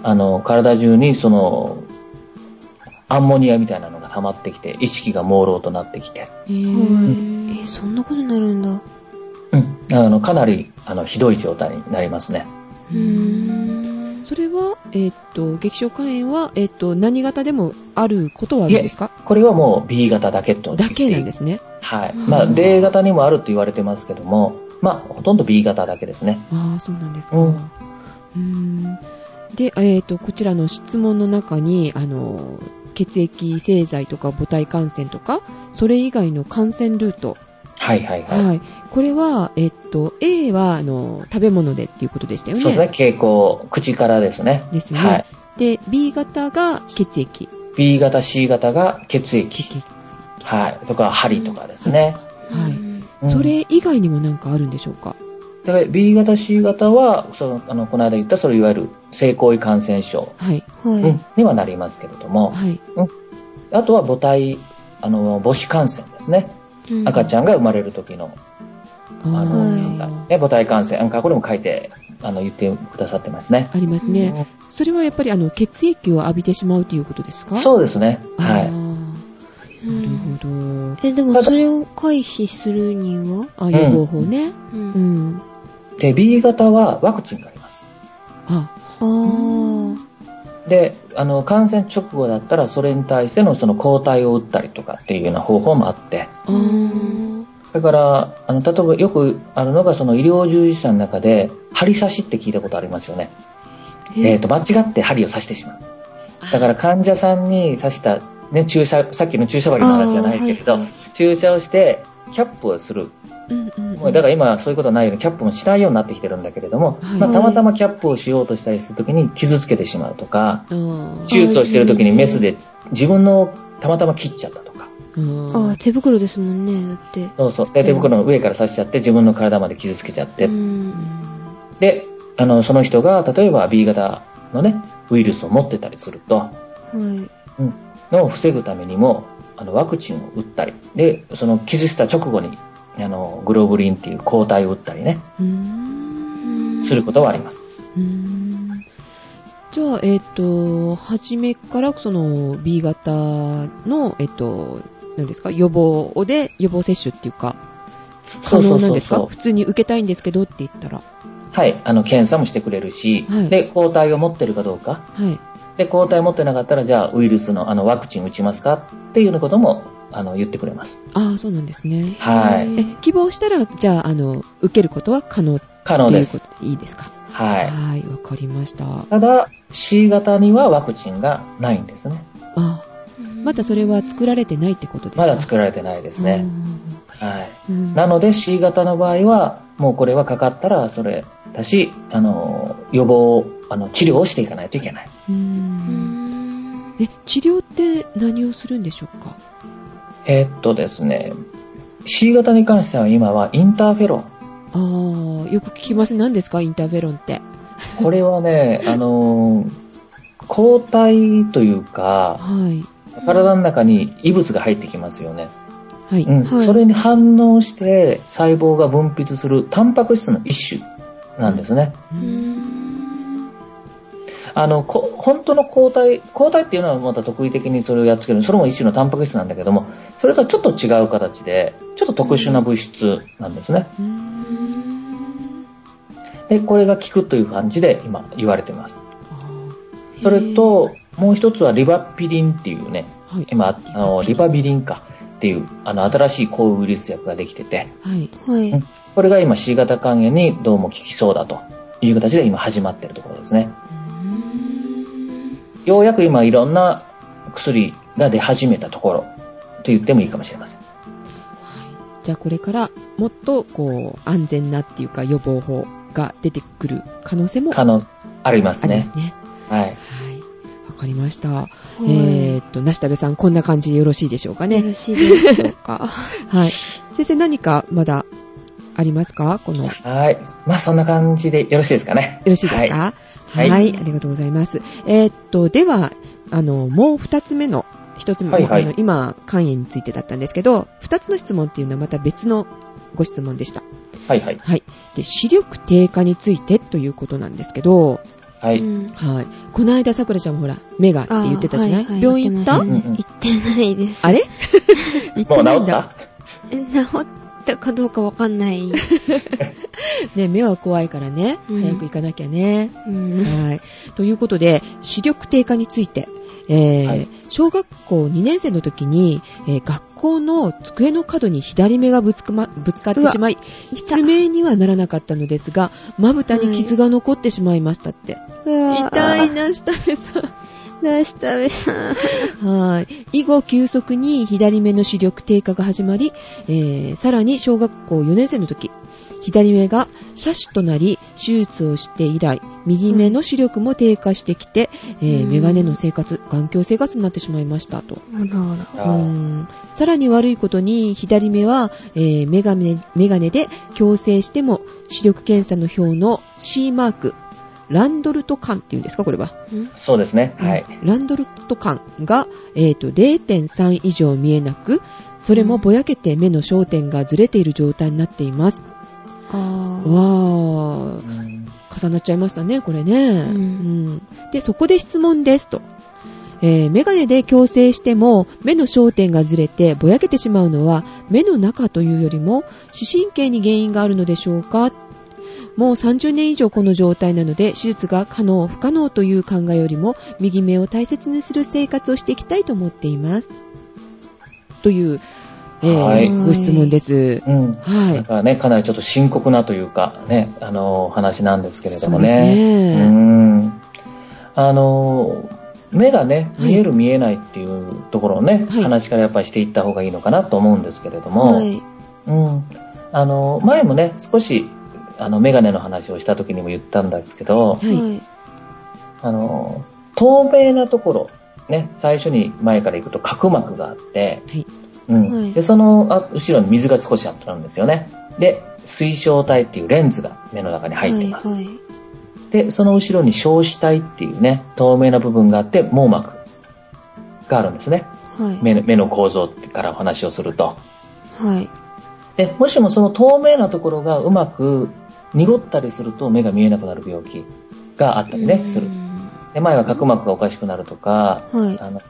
[SPEAKER 2] あの、体中にその、アンモニアみたいなのが溜まってきて、意識が朦朧となってきて、
[SPEAKER 3] えー
[SPEAKER 1] え、そんなことになるんだ。
[SPEAKER 2] うん、あの、かなり、あの、ひどい状態になりますね。
[SPEAKER 1] うーん。
[SPEAKER 3] それは、えーっと、劇症肝炎は、えーっと、何型でもあることはあ
[SPEAKER 2] い
[SPEAKER 3] るん
[SPEAKER 2] え
[SPEAKER 3] ですか
[SPEAKER 2] これはもう B 型だけと言
[SPEAKER 3] だ
[SPEAKER 2] っていい。
[SPEAKER 3] けなんですね。
[SPEAKER 2] はい。まあ、
[SPEAKER 3] うん
[SPEAKER 2] D 型にもあると言われてますけども、まあ、ほとんど B 型だけですね。
[SPEAKER 3] ああ、そうなんですか。
[SPEAKER 2] う
[SPEAKER 3] うんーん。で、えーっと、こちらの質問の中に、あの、血液製剤とか母体感染とか、それ以外の感染ルート。
[SPEAKER 2] はいはいはい。
[SPEAKER 3] はい。これは、えーっと、A は、あの、食べ物でっていうことでしたよね。
[SPEAKER 2] そうですね、傾向、口からですね。
[SPEAKER 3] ですよね。
[SPEAKER 2] はい。
[SPEAKER 3] で、B 型が血液。
[SPEAKER 2] B 型、C 型が血液。
[SPEAKER 3] 血液
[SPEAKER 2] はい。とか、針とかですね。
[SPEAKER 3] はい
[SPEAKER 2] うん
[SPEAKER 3] それ以外にもなんかあるんでしょうか
[SPEAKER 2] だから B 型、C 型は、その、あの、この間言った、その、いわゆる、性行為感染症、
[SPEAKER 3] はい。
[SPEAKER 1] はい。
[SPEAKER 2] うんにはなりますけれども、
[SPEAKER 3] はい。
[SPEAKER 2] あとは母体、あの、母子感染ですね。
[SPEAKER 1] うん
[SPEAKER 2] 赤ちゃんが生まれる時の、
[SPEAKER 3] あ
[SPEAKER 2] あの、
[SPEAKER 1] はい
[SPEAKER 2] なんだね、母体感染。あのこれも書いて、あの、言ってくださってますね。
[SPEAKER 3] ありますね。それはやっぱりあの血液を浴びてしまうということですかう。
[SPEAKER 2] そうですね。は
[SPEAKER 3] あ
[SPEAKER 2] い。
[SPEAKER 3] あ、
[SPEAKER 1] う
[SPEAKER 3] なる
[SPEAKER 1] ん
[SPEAKER 3] ほど。
[SPEAKER 1] え、でもそれを回避するには
[SPEAKER 3] あ、予防法ね。
[SPEAKER 1] う。
[SPEAKER 3] うんん。
[SPEAKER 2] で、B 型はワクチンがあります。
[SPEAKER 3] あ、
[SPEAKER 1] あー。
[SPEAKER 2] で、あの、感染直後だったら、それに対してのその抗体を打ったりとかっていうような方法もあって、
[SPEAKER 3] あ
[SPEAKER 1] う
[SPEAKER 3] ー
[SPEAKER 1] ん
[SPEAKER 2] だから、あの、例えばよくあるのが、その医療従事者の中で、針刺しって聞いたことありますよね。えっ、と、間違って針を刺してしまう。だから患者さんに刺した、ね、注射、さっきの注射針の話じゃないけれど、
[SPEAKER 1] あーはい
[SPEAKER 2] 注射をして、キャップをする。
[SPEAKER 3] うんうんう
[SPEAKER 2] だ
[SPEAKER 3] ん
[SPEAKER 2] から今そういうことはないようにキャップもしないようになってきてるんだけれども、
[SPEAKER 3] はい
[SPEAKER 2] まあ、たまたまキャップをしようとしたりするときに傷つけてしまうとか、
[SPEAKER 3] あー
[SPEAKER 2] 手術をしてるときにメスで自分のたまたま切っちゃったとか、
[SPEAKER 1] あ
[SPEAKER 3] あ
[SPEAKER 1] ー、手袋ですもんね、だって。
[SPEAKER 2] そうそう。で、手袋の上から刺しちゃって自分の体まで傷つけちゃって、
[SPEAKER 1] うん
[SPEAKER 2] で、あの、その人が例えば B 型のね、ウイルスを持ってたりすると、
[SPEAKER 1] はい。
[SPEAKER 2] のを防ぐためにも、あの、ワクチンを打ったり、で、その傷した直後に、あの、グロブリンっていう抗体を打ったりね、
[SPEAKER 3] ー。うーん。
[SPEAKER 2] することはあります。
[SPEAKER 3] うーんじゃあ、えっ、と、初めから、その、B 型の、えっ、と、何ですか、予防で、予防接種っていうか、可能なんですか普通に受けたいんですけどって言ったら。
[SPEAKER 2] はい、あの、検査もしてくれるし、
[SPEAKER 3] はい
[SPEAKER 2] で、抗体を持ってるかどうか、
[SPEAKER 3] はい。
[SPEAKER 2] で、抗体持ってなかったら、じゃあ、ウイルスの、あの、ワクチン打ちますかっていうようなことも、あの、言ってくれます。
[SPEAKER 3] ああ、そうなんですね。
[SPEAKER 2] は
[SPEAKER 1] う
[SPEAKER 2] い。
[SPEAKER 1] ん
[SPEAKER 3] え、希望したら、じゃあ、あの、受けることは可能って
[SPEAKER 2] 可能
[SPEAKER 3] い
[SPEAKER 2] で
[SPEAKER 3] う
[SPEAKER 2] す。
[SPEAKER 3] ことでいいですか
[SPEAKER 2] はい。
[SPEAKER 3] はい、わかりました。
[SPEAKER 2] ただ、C 型にはワクチンがないんですね。
[SPEAKER 3] あまだそれは作られてないってことですか
[SPEAKER 2] まだ作られてないですね。
[SPEAKER 3] あ
[SPEAKER 2] はい。
[SPEAKER 3] ーうん
[SPEAKER 2] なので C 型の場合は、もうこれはかかったらそれだし、あの、予防、あの、治療をしていかないといけない。
[SPEAKER 3] う
[SPEAKER 1] うんん
[SPEAKER 3] え、治療って何をするんでしょうか
[SPEAKER 2] えーっとですね、C 型に関しては今はインターフェロン。
[SPEAKER 3] ああ、よく聞きます。何ですかインターフェロンって。
[SPEAKER 2] これはね、あの、抗体というか、
[SPEAKER 3] はい。
[SPEAKER 2] 体の中に異物が入ってきますよね。
[SPEAKER 3] はい。
[SPEAKER 2] うん。
[SPEAKER 1] はい
[SPEAKER 2] それに反応して細胞が分泌するタンパク質の一種なんですね。
[SPEAKER 1] うん
[SPEAKER 2] あの、こ本当の抗体、抗体っていうのはまた特異的にそれをやっつける、それも一種のタンパク質なんだけども、それとはちょっと違う形で、ちょっと特殊な物質なんですね。
[SPEAKER 3] うん
[SPEAKER 2] で、これが効くという感じで今言われてます。
[SPEAKER 3] あ
[SPEAKER 2] それ、と、もう一つはリバピリンっていうね、
[SPEAKER 3] ーはい。
[SPEAKER 2] 今、あの、リバビリンかっていう、あの、新しい抗ウイルス薬ができてて、
[SPEAKER 3] はい。
[SPEAKER 1] はい。
[SPEAKER 2] うんこれが今 C 型肝炎にどうも効きそうだという形で今始まってるところですね。ようやく今いろんな薬が出始めたところと言ってもいいかもしれません。
[SPEAKER 3] じゃあこれからもっとこう安全なっていうか予防法が出てくる可能性もあ
[SPEAKER 2] 可能、あります
[SPEAKER 3] りま
[SPEAKER 2] ね
[SPEAKER 3] す。ね。
[SPEAKER 2] はい。
[SPEAKER 3] はい。わかりました。え
[SPEAKER 1] は
[SPEAKER 3] ーっと、なしたべさん、こんな感じでよろしいでしょうか
[SPEAKER 1] い。よ
[SPEAKER 3] ね。
[SPEAKER 1] ろしいでしょうか。
[SPEAKER 3] はい。先生、何かまだありますかこの
[SPEAKER 2] はい。まあそんな感じでよろしいですかね。
[SPEAKER 3] よろしいです
[SPEAKER 2] はい
[SPEAKER 3] かは、
[SPEAKER 2] はいい
[SPEAKER 3] ありがとうございます。えーっと、では、あの、もう二つ目の、一つ目、
[SPEAKER 2] はいはい
[SPEAKER 3] あの今、肝炎についてだったんですけど、二つの質問っていうのはまた別のご質問でした。
[SPEAKER 2] はいはい。
[SPEAKER 3] はい。で、視力低下についてということなんですけど、
[SPEAKER 2] は
[SPEAKER 1] う
[SPEAKER 2] い。
[SPEAKER 1] ん
[SPEAKER 3] はい。この間、さくらちゃんもほら、目がって言ってたし
[SPEAKER 1] あ
[SPEAKER 3] ね
[SPEAKER 1] ーはいはい。
[SPEAKER 3] 病院行っ た
[SPEAKER 1] 言ってましたね行ってないです。
[SPEAKER 3] あれ行っ
[SPEAKER 2] も
[SPEAKER 3] て
[SPEAKER 2] う
[SPEAKER 3] ない
[SPEAKER 2] 治
[SPEAKER 3] ん
[SPEAKER 2] っ
[SPEAKER 3] だ。
[SPEAKER 2] た
[SPEAKER 1] え治っったかどうかわかんない。
[SPEAKER 3] ね、目は怖いからね、
[SPEAKER 1] うん
[SPEAKER 3] 早く行かなきゃね。
[SPEAKER 1] うん。
[SPEAKER 3] はい。ということで、視力低下について、えー
[SPEAKER 2] はい
[SPEAKER 3] 小学校2年生の時に、えー学校の机の角に左目がぶつか,、ま、ぶつかってしまい、失明にはならなかったのですが、まぶたに傷が残ってしまいましたって。
[SPEAKER 1] うわぁ
[SPEAKER 3] 痛い。な、下目さん。
[SPEAKER 1] なしたべさん。
[SPEAKER 3] はい。以後、急速に左目の視力低下が始まり、えーさらに小学校4年生の時、左目が斜視となり、手術をして以来、右目の視力も低下してきて、えー
[SPEAKER 1] うん
[SPEAKER 3] メガネの生活、眼鏡生活になってしまいましたと。
[SPEAKER 1] あらあら。
[SPEAKER 2] あ
[SPEAKER 3] う
[SPEAKER 2] ー
[SPEAKER 3] んさらに悪いことに、左目は、えーメガネ、メガネで矯正しても、視力検査の表の C マーク、ランドルト感っていうんですか、これは。
[SPEAKER 2] そうですね。はい。
[SPEAKER 3] ランドルト感が、えー、と0.3以上見えなく、それもぼやけて目の焦点がずれている状態になっています。
[SPEAKER 1] あー。
[SPEAKER 3] わー、重なっちゃいましたね、これね。
[SPEAKER 1] ん
[SPEAKER 3] うんで、そこで質問ですと。えーメガネで矯正しても目の焦点がずれてぼやけてしまうのは目の中というよりも視神経に原因があるのでしょうかもう30年以上この状態なので手術が可能不可能という考えよりも右目を大切にする生活をしていきたいと思っていますという、えー
[SPEAKER 2] はい
[SPEAKER 3] ご質問です。
[SPEAKER 2] うん。
[SPEAKER 3] はい
[SPEAKER 2] だからね、かなりちょっと深刻なというか、ね、あの、話なんですけれどもね。
[SPEAKER 3] そうですね
[SPEAKER 2] うん。あの、目がね、
[SPEAKER 3] はい
[SPEAKER 2] 見える見えないっていうところをね、
[SPEAKER 3] はい
[SPEAKER 2] 話からやっぱりしていった方がいいのかなと思うんですけれども、
[SPEAKER 1] はい。
[SPEAKER 2] うん。あの、前もね、少し、あの、メガネの話をした時にも言ったんですけど、
[SPEAKER 3] はい
[SPEAKER 1] はい。
[SPEAKER 2] あの、透明なところ、ね、最初に前から行くと角膜があって、
[SPEAKER 3] はい
[SPEAKER 2] うん
[SPEAKER 1] はい
[SPEAKER 2] でそのあ後ろに水が少しあったんですよね。で、水晶体っていうレンズが目の中に入っています。
[SPEAKER 1] はい。
[SPEAKER 2] で、その後ろに小視体っていうね、透明な部分があって、網膜があるんですね。
[SPEAKER 1] はい。
[SPEAKER 2] 目の目の構造からお話をすると。
[SPEAKER 1] はい。
[SPEAKER 2] で、もしもその透明なところがうまく濁ったりすると目が見えなくなる病気があったりね、する
[SPEAKER 1] う。ん
[SPEAKER 2] で、前は角膜がおかしくなるとか、
[SPEAKER 1] はい。
[SPEAKER 2] あの、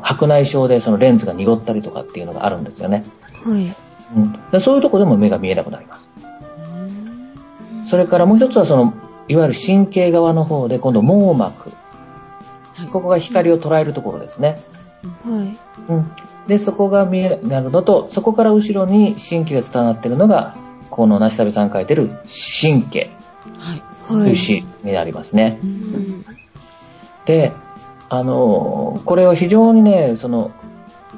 [SPEAKER 2] 白内障でそのレンズが濁ったりとかっていうのがあるんですよね。
[SPEAKER 1] はい。
[SPEAKER 2] うん、でそういうとこでも目が見えなくなります。それからもう一つはその、いわゆる神経側の方で今度網膜。ここが光を捉えるところですね。
[SPEAKER 1] はい。
[SPEAKER 2] うん、で、そこが見えなくなるのと、そこから後ろに神経が伝わってるのが、この梨旅さんが書いてる神経
[SPEAKER 3] はい
[SPEAKER 2] と
[SPEAKER 1] はいい。
[SPEAKER 2] うシーンになりますね。
[SPEAKER 1] うん
[SPEAKER 2] で、あのーこれは非常にね、その、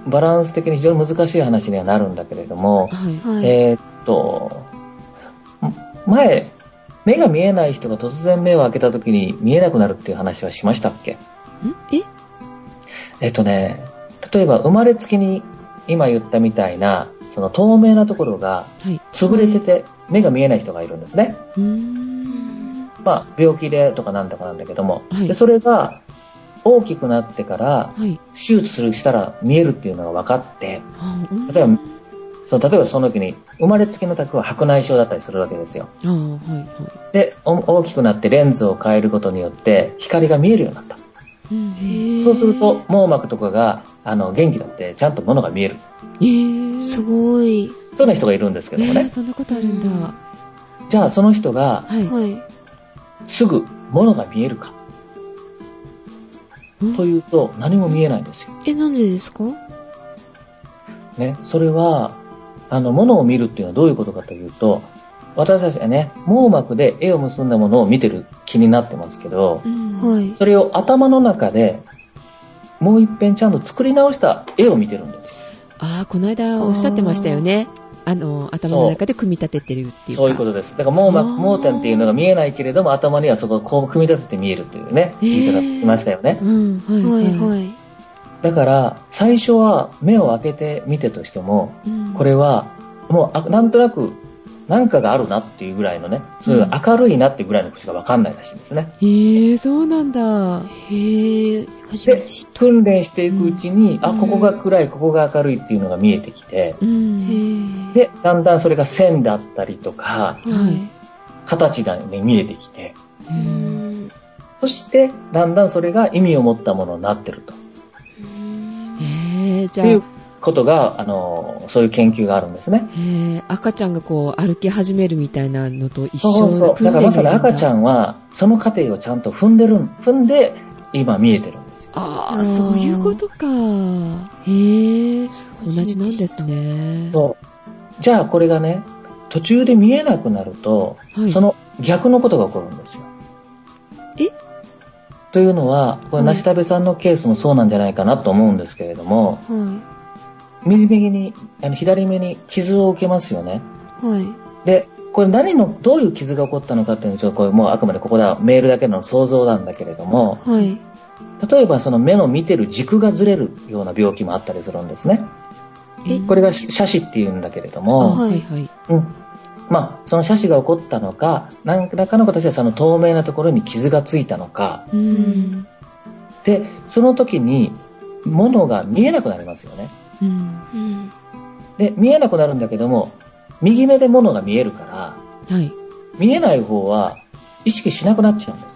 [SPEAKER 2] バランス的に非常に難しい話にはなるんだけれども、
[SPEAKER 3] はい
[SPEAKER 1] はい。
[SPEAKER 2] えーっと、ん前、目が見えない人が突然目を開けた時に見えなくなるっていう話はしましたっけ
[SPEAKER 1] え
[SPEAKER 2] えっとね、例えば生まれつきに今言ったみたいな、その透明なところが
[SPEAKER 3] はい
[SPEAKER 2] 潰れてて目が見えない人がいるんですね。
[SPEAKER 3] うーん
[SPEAKER 2] まあ病気でとかなんとかなんだけども。
[SPEAKER 3] はい
[SPEAKER 2] でそれが大きくなってから
[SPEAKER 3] はい
[SPEAKER 2] 手術するしたら見えるっていうのが分かって、
[SPEAKER 3] あうん
[SPEAKER 2] 例えば、その例えばその時に生まれつきの宅は白内障だったりするわけですよ。
[SPEAKER 3] ああはいは
[SPEAKER 2] で、お大きくなってレンズを変えることによって光が見えるようになった。
[SPEAKER 3] い、うんへ
[SPEAKER 2] そうすると、網膜とかが、あの、元気だって、ちゃんと物が見える。
[SPEAKER 3] えー、
[SPEAKER 1] すごい。
[SPEAKER 2] そういうような人がいるんですけども
[SPEAKER 3] えー
[SPEAKER 2] ね。
[SPEAKER 3] そんなことあるんだ、
[SPEAKER 1] うん
[SPEAKER 3] は
[SPEAKER 2] じゃあ、その人が、
[SPEAKER 3] い、
[SPEAKER 1] はい。
[SPEAKER 2] すぐ物が見えるか
[SPEAKER 3] うん
[SPEAKER 2] というと、何も見えないんですよ。
[SPEAKER 1] え、なんでですか
[SPEAKER 2] ね。それは、あの、物を見るっていうのはどういうことかというと、私たちはね、網膜で絵を結んだものを見てる気になってますけど
[SPEAKER 3] う、ん
[SPEAKER 1] はい。
[SPEAKER 2] それを頭の中で、もう一遍ちゃんと作り直した絵を見てるんですよ。
[SPEAKER 3] ああこの間おっしゃってましたよねあの頭の中で組み立ててるっていうか
[SPEAKER 2] そういうことです。だから網
[SPEAKER 3] あー
[SPEAKER 2] 膜、盲点っていうのが見えないけれども、頭にはそこをこう組み立てて見えるというね、
[SPEAKER 3] へ
[SPEAKER 2] 言い
[SPEAKER 3] ー
[SPEAKER 2] 方しましたよね。
[SPEAKER 3] うんはい
[SPEAKER 1] はい
[SPEAKER 3] い、
[SPEAKER 1] はい。
[SPEAKER 2] だから、最初は目を開けてみてとしても、
[SPEAKER 3] うん
[SPEAKER 2] これは、もうあ、なんとなく、なんかがあるなっていうぐらいのね、そういう明るいなっていうぐらいのことしかわかんないらしいんですね。
[SPEAKER 3] へえー、そうなんだ
[SPEAKER 1] へぇー。初め
[SPEAKER 2] で
[SPEAKER 1] て知っ、
[SPEAKER 2] 訓練していくうちに、
[SPEAKER 1] う
[SPEAKER 2] あ、
[SPEAKER 1] ん
[SPEAKER 2] ここが暗い、ここが明るいっていうのが見えてきて、
[SPEAKER 3] う
[SPEAKER 1] た。へ
[SPEAKER 3] ん
[SPEAKER 1] ぇー。
[SPEAKER 2] で、だんだんそれが線だったりとか、
[SPEAKER 1] はい。
[SPEAKER 2] 形がね、見えてきて、
[SPEAKER 3] う
[SPEAKER 1] うんん
[SPEAKER 2] そして、だんだんそれが意味を持ったものになってると。
[SPEAKER 3] へえー、じゃ
[SPEAKER 2] ってい
[SPEAKER 3] あ
[SPEAKER 2] うことが、あの、そういう研究があるんですね。
[SPEAKER 3] へえ赤ちゃんがこう歩き始めるみたいなのと一緒
[SPEAKER 2] そうそう。だからまさに赤ちゃ
[SPEAKER 3] ん。
[SPEAKER 2] んは、その過程をちゃんと踏んでる、踏んで、今見えてるんですよ。
[SPEAKER 3] ああ、そういうことか。へえ同じなんですね。
[SPEAKER 2] そう。じゃあこれがね、途中で見えなくなると、
[SPEAKER 3] はい
[SPEAKER 2] その逆のことが起こるんですよ。
[SPEAKER 1] え
[SPEAKER 2] というのは、こ
[SPEAKER 1] は
[SPEAKER 2] れ、
[SPEAKER 1] い
[SPEAKER 2] 梨田部さんのケースもそうなんじゃないかなと思うんですけれども、
[SPEAKER 1] は
[SPEAKER 2] 右右に、あの左目に傷を受けますよね。
[SPEAKER 1] い。はい。
[SPEAKER 2] で、これ何の、どういう傷が起こったのかっていうのは、ちょっとこれもうあくまでここではメールだけの想像なんだけれども、
[SPEAKER 1] はい。
[SPEAKER 2] 例えばその目の見てる軸がずれるような病気もあったりするんですね。
[SPEAKER 1] え
[SPEAKER 2] これが斜視っていうんだけれど
[SPEAKER 3] あ
[SPEAKER 2] も、
[SPEAKER 3] はいはい。
[SPEAKER 2] うん。まあ、その斜視が起こったのか、何らかの形でその透明なところに傷がついたのか、
[SPEAKER 3] うん。
[SPEAKER 2] で、その時に、物が見えなくなりますよね。
[SPEAKER 3] うん。
[SPEAKER 1] うん。
[SPEAKER 2] で、見えなくなるんだけども、右目で物が見えるから、
[SPEAKER 3] はい。
[SPEAKER 2] 見えない方は意識しなくなっちゃうんです。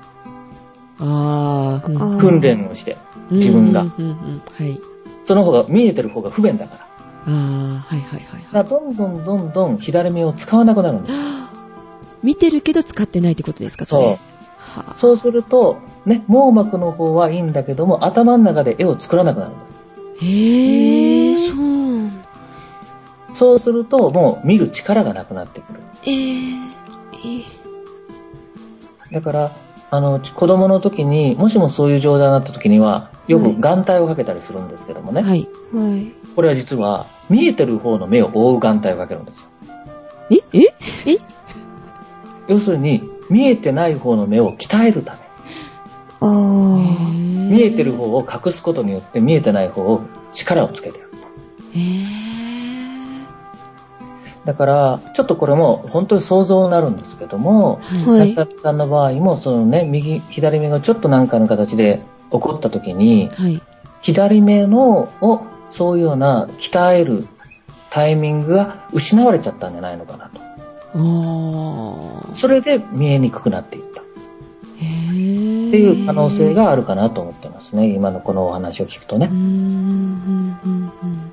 [SPEAKER 3] ああ、うん
[SPEAKER 1] あー
[SPEAKER 2] 訓練をして。自分が
[SPEAKER 3] うんうんうんはい。
[SPEAKER 2] その方が見えてる方が不便だから。
[SPEAKER 3] ああ、はいはいはいはい。
[SPEAKER 2] だからどんどんどんどん左目を使わなくなるんです。
[SPEAKER 3] 見てるけど使ってないってことですか、それ。
[SPEAKER 2] そう
[SPEAKER 3] は
[SPEAKER 2] そうすると、ね、網膜の方はいいんだけども、頭の中で絵を作らなくなるんです。
[SPEAKER 3] あ、へえ。
[SPEAKER 1] そうなんだ。
[SPEAKER 2] そうすると、もう見る力がなくなってくる。
[SPEAKER 1] えー、え
[SPEAKER 2] だから、あの、ち子供の時に、もしもそういう状態になった時には、よく
[SPEAKER 1] はい
[SPEAKER 2] 眼帯をかけたりするんですけどもね、
[SPEAKER 3] はい。
[SPEAKER 1] はい。
[SPEAKER 2] これは実は、見えてる方の目を覆う眼帯をかけるんですよ。
[SPEAKER 3] ええ
[SPEAKER 2] 要するに、見えてない方の目を鍛えるた
[SPEAKER 1] あー。
[SPEAKER 2] め、見えてる。方を隠すことによって、見えてない方を力をつけてる。
[SPEAKER 3] へえ。
[SPEAKER 2] だから、ちょっとこれも本当に想像になるんですけども、
[SPEAKER 3] は。
[SPEAKER 1] はいい
[SPEAKER 2] 夏田さんの場合も、そのね、右、左目がちょっとなんかの形で起こった時に、
[SPEAKER 3] はい。
[SPEAKER 2] 左目のをそういうような鍛えるタイミングが失われちゃったんじゃないのかなと。
[SPEAKER 3] ああ。
[SPEAKER 2] それで見えにくくなっていったっ
[SPEAKER 3] へえ。
[SPEAKER 2] ていう可能性。があるかなと思ってますね。今のこのお話を聞くと
[SPEAKER 3] うー
[SPEAKER 2] ね。
[SPEAKER 3] ん、うん、うん、うん。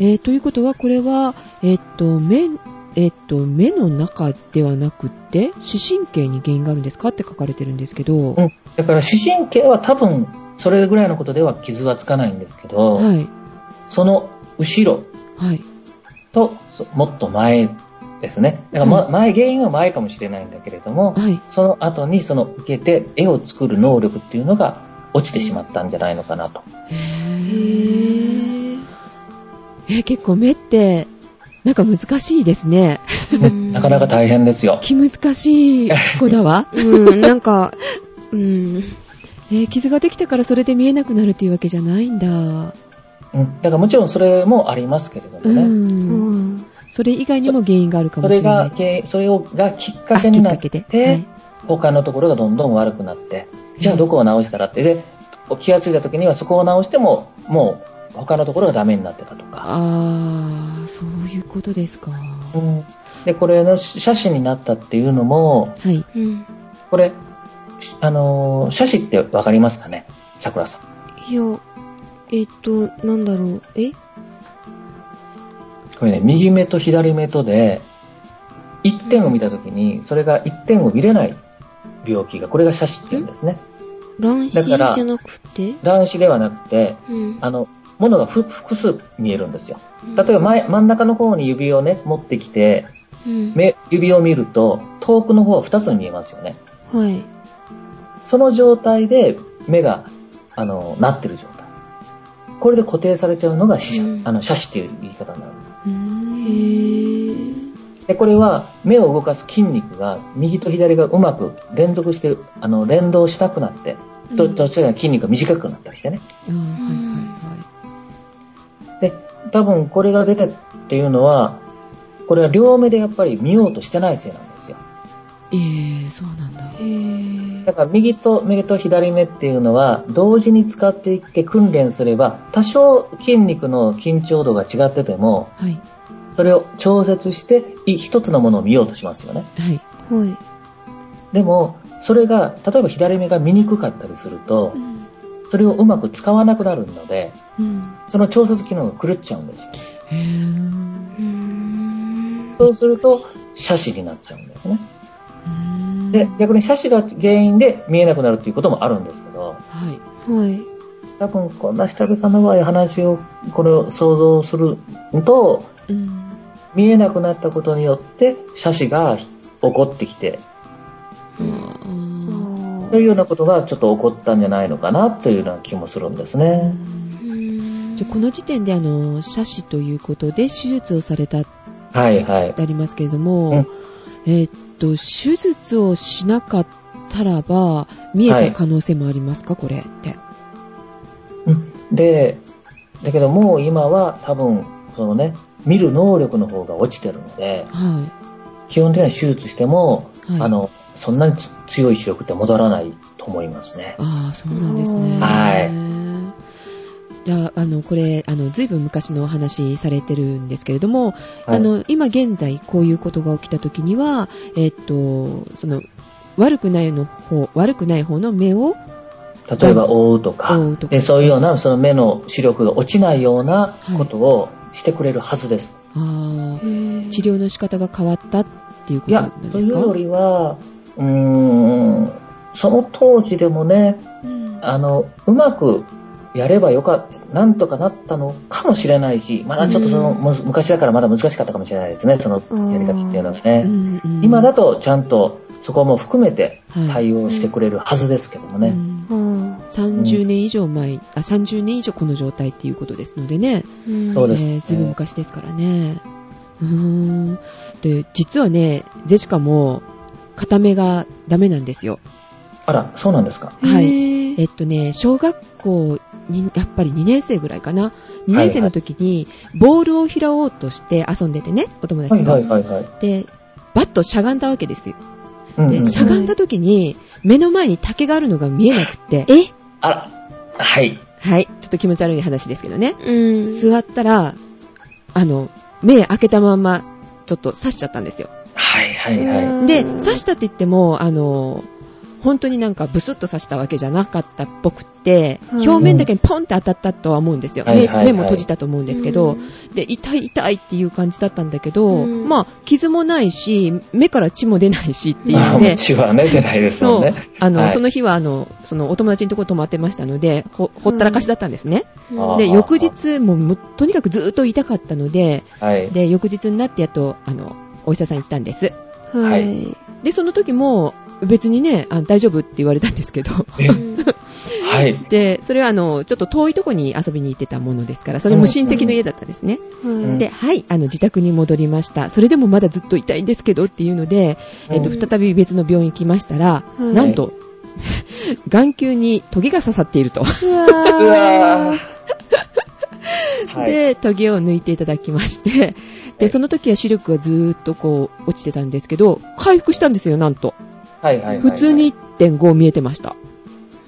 [SPEAKER 3] えー、ということは、これは、えっと、目、えっと、目の中ではなくって、視神経に原因があるんですかって書かれてるんですけど、
[SPEAKER 2] うん。だから視神経は多分それぐらいのことでは傷はつかないんですけど、
[SPEAKER 3] はい、
[SPEAKER 2] その後ろ
[SPEAKER 3] はい。
[SPEAKER 2] とそもっと前ですね。だから、ま前、原因は前かもしれないんだけれども、
[SPEAKER 3] はい。
[SPEAKER 2] その後にその受けて絵を作る能力っていうのが落ちてしまったんじゃないのかなと。
[SPEAKER 3] へーえー結構目って、なんか難しいですね。
[SPEAKER 2] ね なかなか大変ですよ。
[SPEAKER 3] 気難しい子だわ。
[SPEAKER 1] うん、なんか、うん。
[SPEAKER 3] えー傷ができたからそれで見えなくなるっていうわけじゃないんだ。
[SPEAKER 2] うん。だからもちろんそれもありますけれども
[SPEAKER 3] う
[SPEAKER 2] ね。
[SPEAKER 3] ん。
[SPEAKER 1] うん
[SPEAKER 3] それ以外にも原因があるか
[SPEAKER 2] そ
[SPEAKER 3] もし
[SPEAKER 2] れ
[SPEAKER 3] れな
[SPEAKER 2] が
[SPEAKER 3] い。
[SPEAKER 2] け、それをがきっか
[SPEAKER 3] あ
[SPEAKER 2] けになっ
[SPEAKER 3] き
[SPEAKER 2] て、
[SPEAKER 3] っかけではい
[SPEAKER 2] 他のところがどんどん悪くなって、
[SPEAKER 3] うん
[SPEAKER 2] じゃあどこを直したらって、で、気がついた時にはそこを直しても、もう他のところがダメになってたとか。
[SPEAKER 3] あー、そういうことですか。は
[SPEAKER 2] うん。で、これの写真になったっていうのも、
[SPEAKER 3] い。
[SPEAKER 1] うん。
[SPEAKER 2] これ、あのー、写真ってわかりますかね桜さん。
[SPEAKER 1] いや、えっと、なんだろう。え
[SPEAKER 2] これね、右目と左目とで、一点を見たときに、それが一点を見れない病気が、これが斜視って言うんですね。
[SPEAKER 1] 乱視じゃなくて
[SPEAKER 2] 乱視ではなくて、
[SPEAKER 1] うん。
[SPEAKER 2] あの、ものがふ複数見えるんですよ。
[SPEAKER 1] うん
[SPEAKER 2] 例えば、前、真ん中の方に指をね、持ってきて、
[SPEAKER 1] うん。
[SPEAKER 2] 目、指を見ると、遠くの方は二つに見えますよね。
[SPEAKER 1] はい。
[SPEAKER 2] その状態で、目が、あの、なってる状態。これで固定されちゃうのが視、
[SPEAKER 1] うん
[SPEAKER 2] あの、斜視っていう言い方になる。
[SPEAKER 3] うー
[SPEAKER 1] へ
[SPEAKER 3] ん
[SPEAKER 1] ぇ
[SPEAKER 2] で、これは目を動かす筋肉が右と左がうまく連続して、あの、連動しなくなって、ど、どちらかの筋肉が短くなったりしてね。
[SPEAKER 3] あーはいはいはい。
[SPEAKER 2] で、多分これが出たっていうのは、これは両目でやっぱり見ようとしてないせいなんですよ。
[SPEAKER 3] えー、そうなんだ。
[SPEAKER 1] へぇ
[SPEAKER 2] だから右と目と左目っていうのは同時に使っていって訓練すれば多少筋肉の緊張度が違ってても
[SPEAKER 3] はい。
[SPEAKER 2] それを調節してい一つのものを見ようとしますよね。
[SPEAKER 3] はい。
[SPEAKER 1] はい。
[SPEAKER 2] でもそれが例えば左目が見にくかったりすると、それをうまく使わなくなるので、
[SPEAKER 1] うん。
[SPEAKER 2] その調節機能が狂っちゃうんですよ。
[SPEAKER 3] へー
[SPEAKER 1] うーん。
[SPEAKER 2] そうすると、斜視になっちゃうんですね。
[SPEAKER 3] うん
[SPEAKER 2] で、逆に斜視が原因で見えなくなるっていうこともあるんですけど、
[SPEAKER 3] はい。
[SPEAKER 1] はい。
[SPEAKER 2] 多分こんな下部さんの場合話を、これを想像すると、
[SPEAKER 3] うん。
[SPEAKER 2] 見えなくなったことによって、斜視が起こってきて、
[SPEAKER 1] あ
[SPEAKER 3] あ
[SPEAKER 1] ー
[SPEAKER 2] というようなことがちょっと起こったんじゃないのかなというような気もするんです
[SPEAKER 3] ー
[SPEAKER 2] ね。
[SPEAKER 1] うーん
[SPEAKER 3] じゃあこの時点で、あの、斜視ということで手術をされたっ
[SPEAKER 2] はいはい。
[SPEAKER 3] てありますけれども、えーっと、手術をしなかったらば、見えた可能性もありますか、これって。
[SPEAKER 2] うんで、だけどもう今は多分、そのね、見る能力の方が落ちてるので、
[SPEAKER 3] は
[SPEAKER 2] 基本的には手術しても、
[SPEAKER 3] い。はい。
[SPEAKER 2] あ、の、そんなにつ強い視力って戻らないと思いますね。
[SPEAKER 3] ああ、そうなんですね。
[SPEAKER 2] はい
[SPEAKER 3] じゃあ、あの、これ、あの、ずいぶん昔のお話されてるんですけれども、
[SPEAKER 2] はい
[SPEAKER 3] あの、今現在、こういうことが起きた時には、えっと、その、悪くないの方、悪くない方の目を、
[SPEAKER 2] 例えば覆うとか
[SPEAKER 3] 覆うとか
[SPEAKER 2] で、そういうようなその目の視力が落ちないようなことをしてくれるはずです。
[SPEAKER 3] あ
[SPEAKER 1] へ
[SPEAKER 3] あ、
[SPEAKER 1] ー
[SPEAKER 3] 治療の仕方が変わったっていうこ
[SPEAKER 2] い
[SPEAKER 3] とな
[SPEAKER 2] や
[SPEAKER 3] ん、
[SPEAKER 2] と
[SPEAKER 3] で
[SPEAKER 2] い
[SPEAKER 3] す
[SPEAKER 2] う
[SPEAKER 3] か
[SPEAKER 2] よりは、うーん、その当時でもね、
[SPEAKER 1] うん
[SPEAKER 2] あの、うまくやればよかった、なんとかなったのかもしれないし、まだちょっとその、
[SPEAKER 1] うん
[SPEAKER 2] む昔だからまだ難しかったかもしれないですね、そのやり方っていうのが
[SPEAKER 3] う
[SPEAKER 2] ね。
[SPEAKER 3] んうん
[SPEAKER 2] 今だとちゃんとそこも含めて
[SPEAKER 3] はい
[SPEAKER 2] 対応してくれるはずですけども
[SPEAKER 3] う
[SPEAKER 2] ね。
[SPEAKER 3] ん
[SPEAKER 1] あ
[SPEAKER 3] 30年以上前、あ、30年以上この状態っていうことですのでね。
[SPEAKER 1] ーうん
[SPEAKER 2] そうです
[SPEAKER 3] えーずいぶん昔ですからね。うーん。で、実はね、ジェシカも、片目がダメなんですよ。
[SPEAKER 2] あら、そうなんですか。
[SPEAKER 3] はい
[SPEAKER 1] へー
[SPEAKER 3] えっとね、小学校に、やっぱり2年生ぐらいかな。2年生の時に、ボールを拾おうとして遊んでてね、お友
[SPEAKER 2] は
[SPEAKER 3] 達
[SPEAKER 2] い
[SPEAKER 3] と。
[SPEAKER 2] はいはいはい。
[SPEAKER 3] で、バッとしゃがんだわけですよ。
[SPEAKER 2] うんうんう
[SPEAKER 3] で、
[SPEAKER 2] ん
[SPEAKER 3] しゃがんだ時に、目の前に竹があるのが見えなくって。
[SPEAKER 1] え
[SPEAKER 2] あら、はい。
[SPEAKER 3] はい。ちょっと気持ち悪い話ですけどね。
[SPEAKER 1] うん。
[SPEAKER 3] 座ったら、あの、目開けたまんま、ちょっと刺しちゃったんですよ。
[SPEAKER 2] はいはいは
[SPEAKER 1] う
[SPEAKER 2] い。
[SPEAKER 1] ん
[SPEAKER 3] で、刺したって言っても、あの、本当になんかブスッと刺したわけじゃなかったっぽくって、
[SPEAKER 1] はい
[SPEAKER 3] 表面だけにポンって当たったとは思うんですよ。
[SPEAKER 2] はいはいはい
[SPEAKER 3] 目目も閉じたと思うんですけど、で、痛い痛いっていう感じだったんだけど、
[SPEAKER 1] うん
[SPEAKER 3] まあ、傷もないし、目から血も出ないしっていう
[SPEAKER 2] あ
[SPEAKER 3] の
[SPEAKER 2] う
[SPEAKER 3] で、
[SPEAKER 2] ちはね、出ないですも
[SPEAKER 3] そ
[SPEAKER 2] ん
[SPEAKER 3] う
[SPEAKER 2] ね。、
[SPEAKER 3] あの、
[SPEAKER 2] はい
[SPEAKER 3] その日はあの、そのお友達のところ泊まってましたので、ほ、ほったらかしだったんですね。
[SPEAKER 1] うん
[SPEAKER 2] あー
[SPEAKER 3] で、翌日ももうとにかくずーっと痛かったので、
[SPEAKER 2] はい。
[SPEAKER 3] で、翌日になってやっと、あの、お医者さん行ったんです。
[SPEAKER 1] は
[SPEAKER 2] はい
[SPEAKER 1] い。
[SPEAKER 3] で、その時も、別にね、あ大丈夫って言われたんですけど。
[SPEAKER 2] えはい。
[SPEAKER 3] で、それはあの、ちょっと遠いとこに遊びに行ってたものですから、それも親戚の家だったんですね。
[SPEAKER 1] うん
[SPEAKER 2] ん
[SPEAKER 3] で、はい、あの、自宅に戻りました。それでもまだずっと痛いんですけどっていうので、
[SPEAKER 2] うん
[SPEAKER 3] えっと、再び別の病院行きましたら、
[SPEAKER 1] はい
[SPEAKER 3] なんと、 眼球にトゲが刺さっていると。
[SPEAKER 1] う
[SPEAKER 2] うわ
[SPEAKER 1] わー。
[SPEAKER 2] ーはい。
[SPEAKER 3] で、トゲを抜いていただきまして、で、その時は視力がずーっとこう、落ちてたんですけど、回復したんですよ、なんと。
[SPEAKER 2] はいはいはいはい
[SPEAKER 3] 普通に1.5見えてました。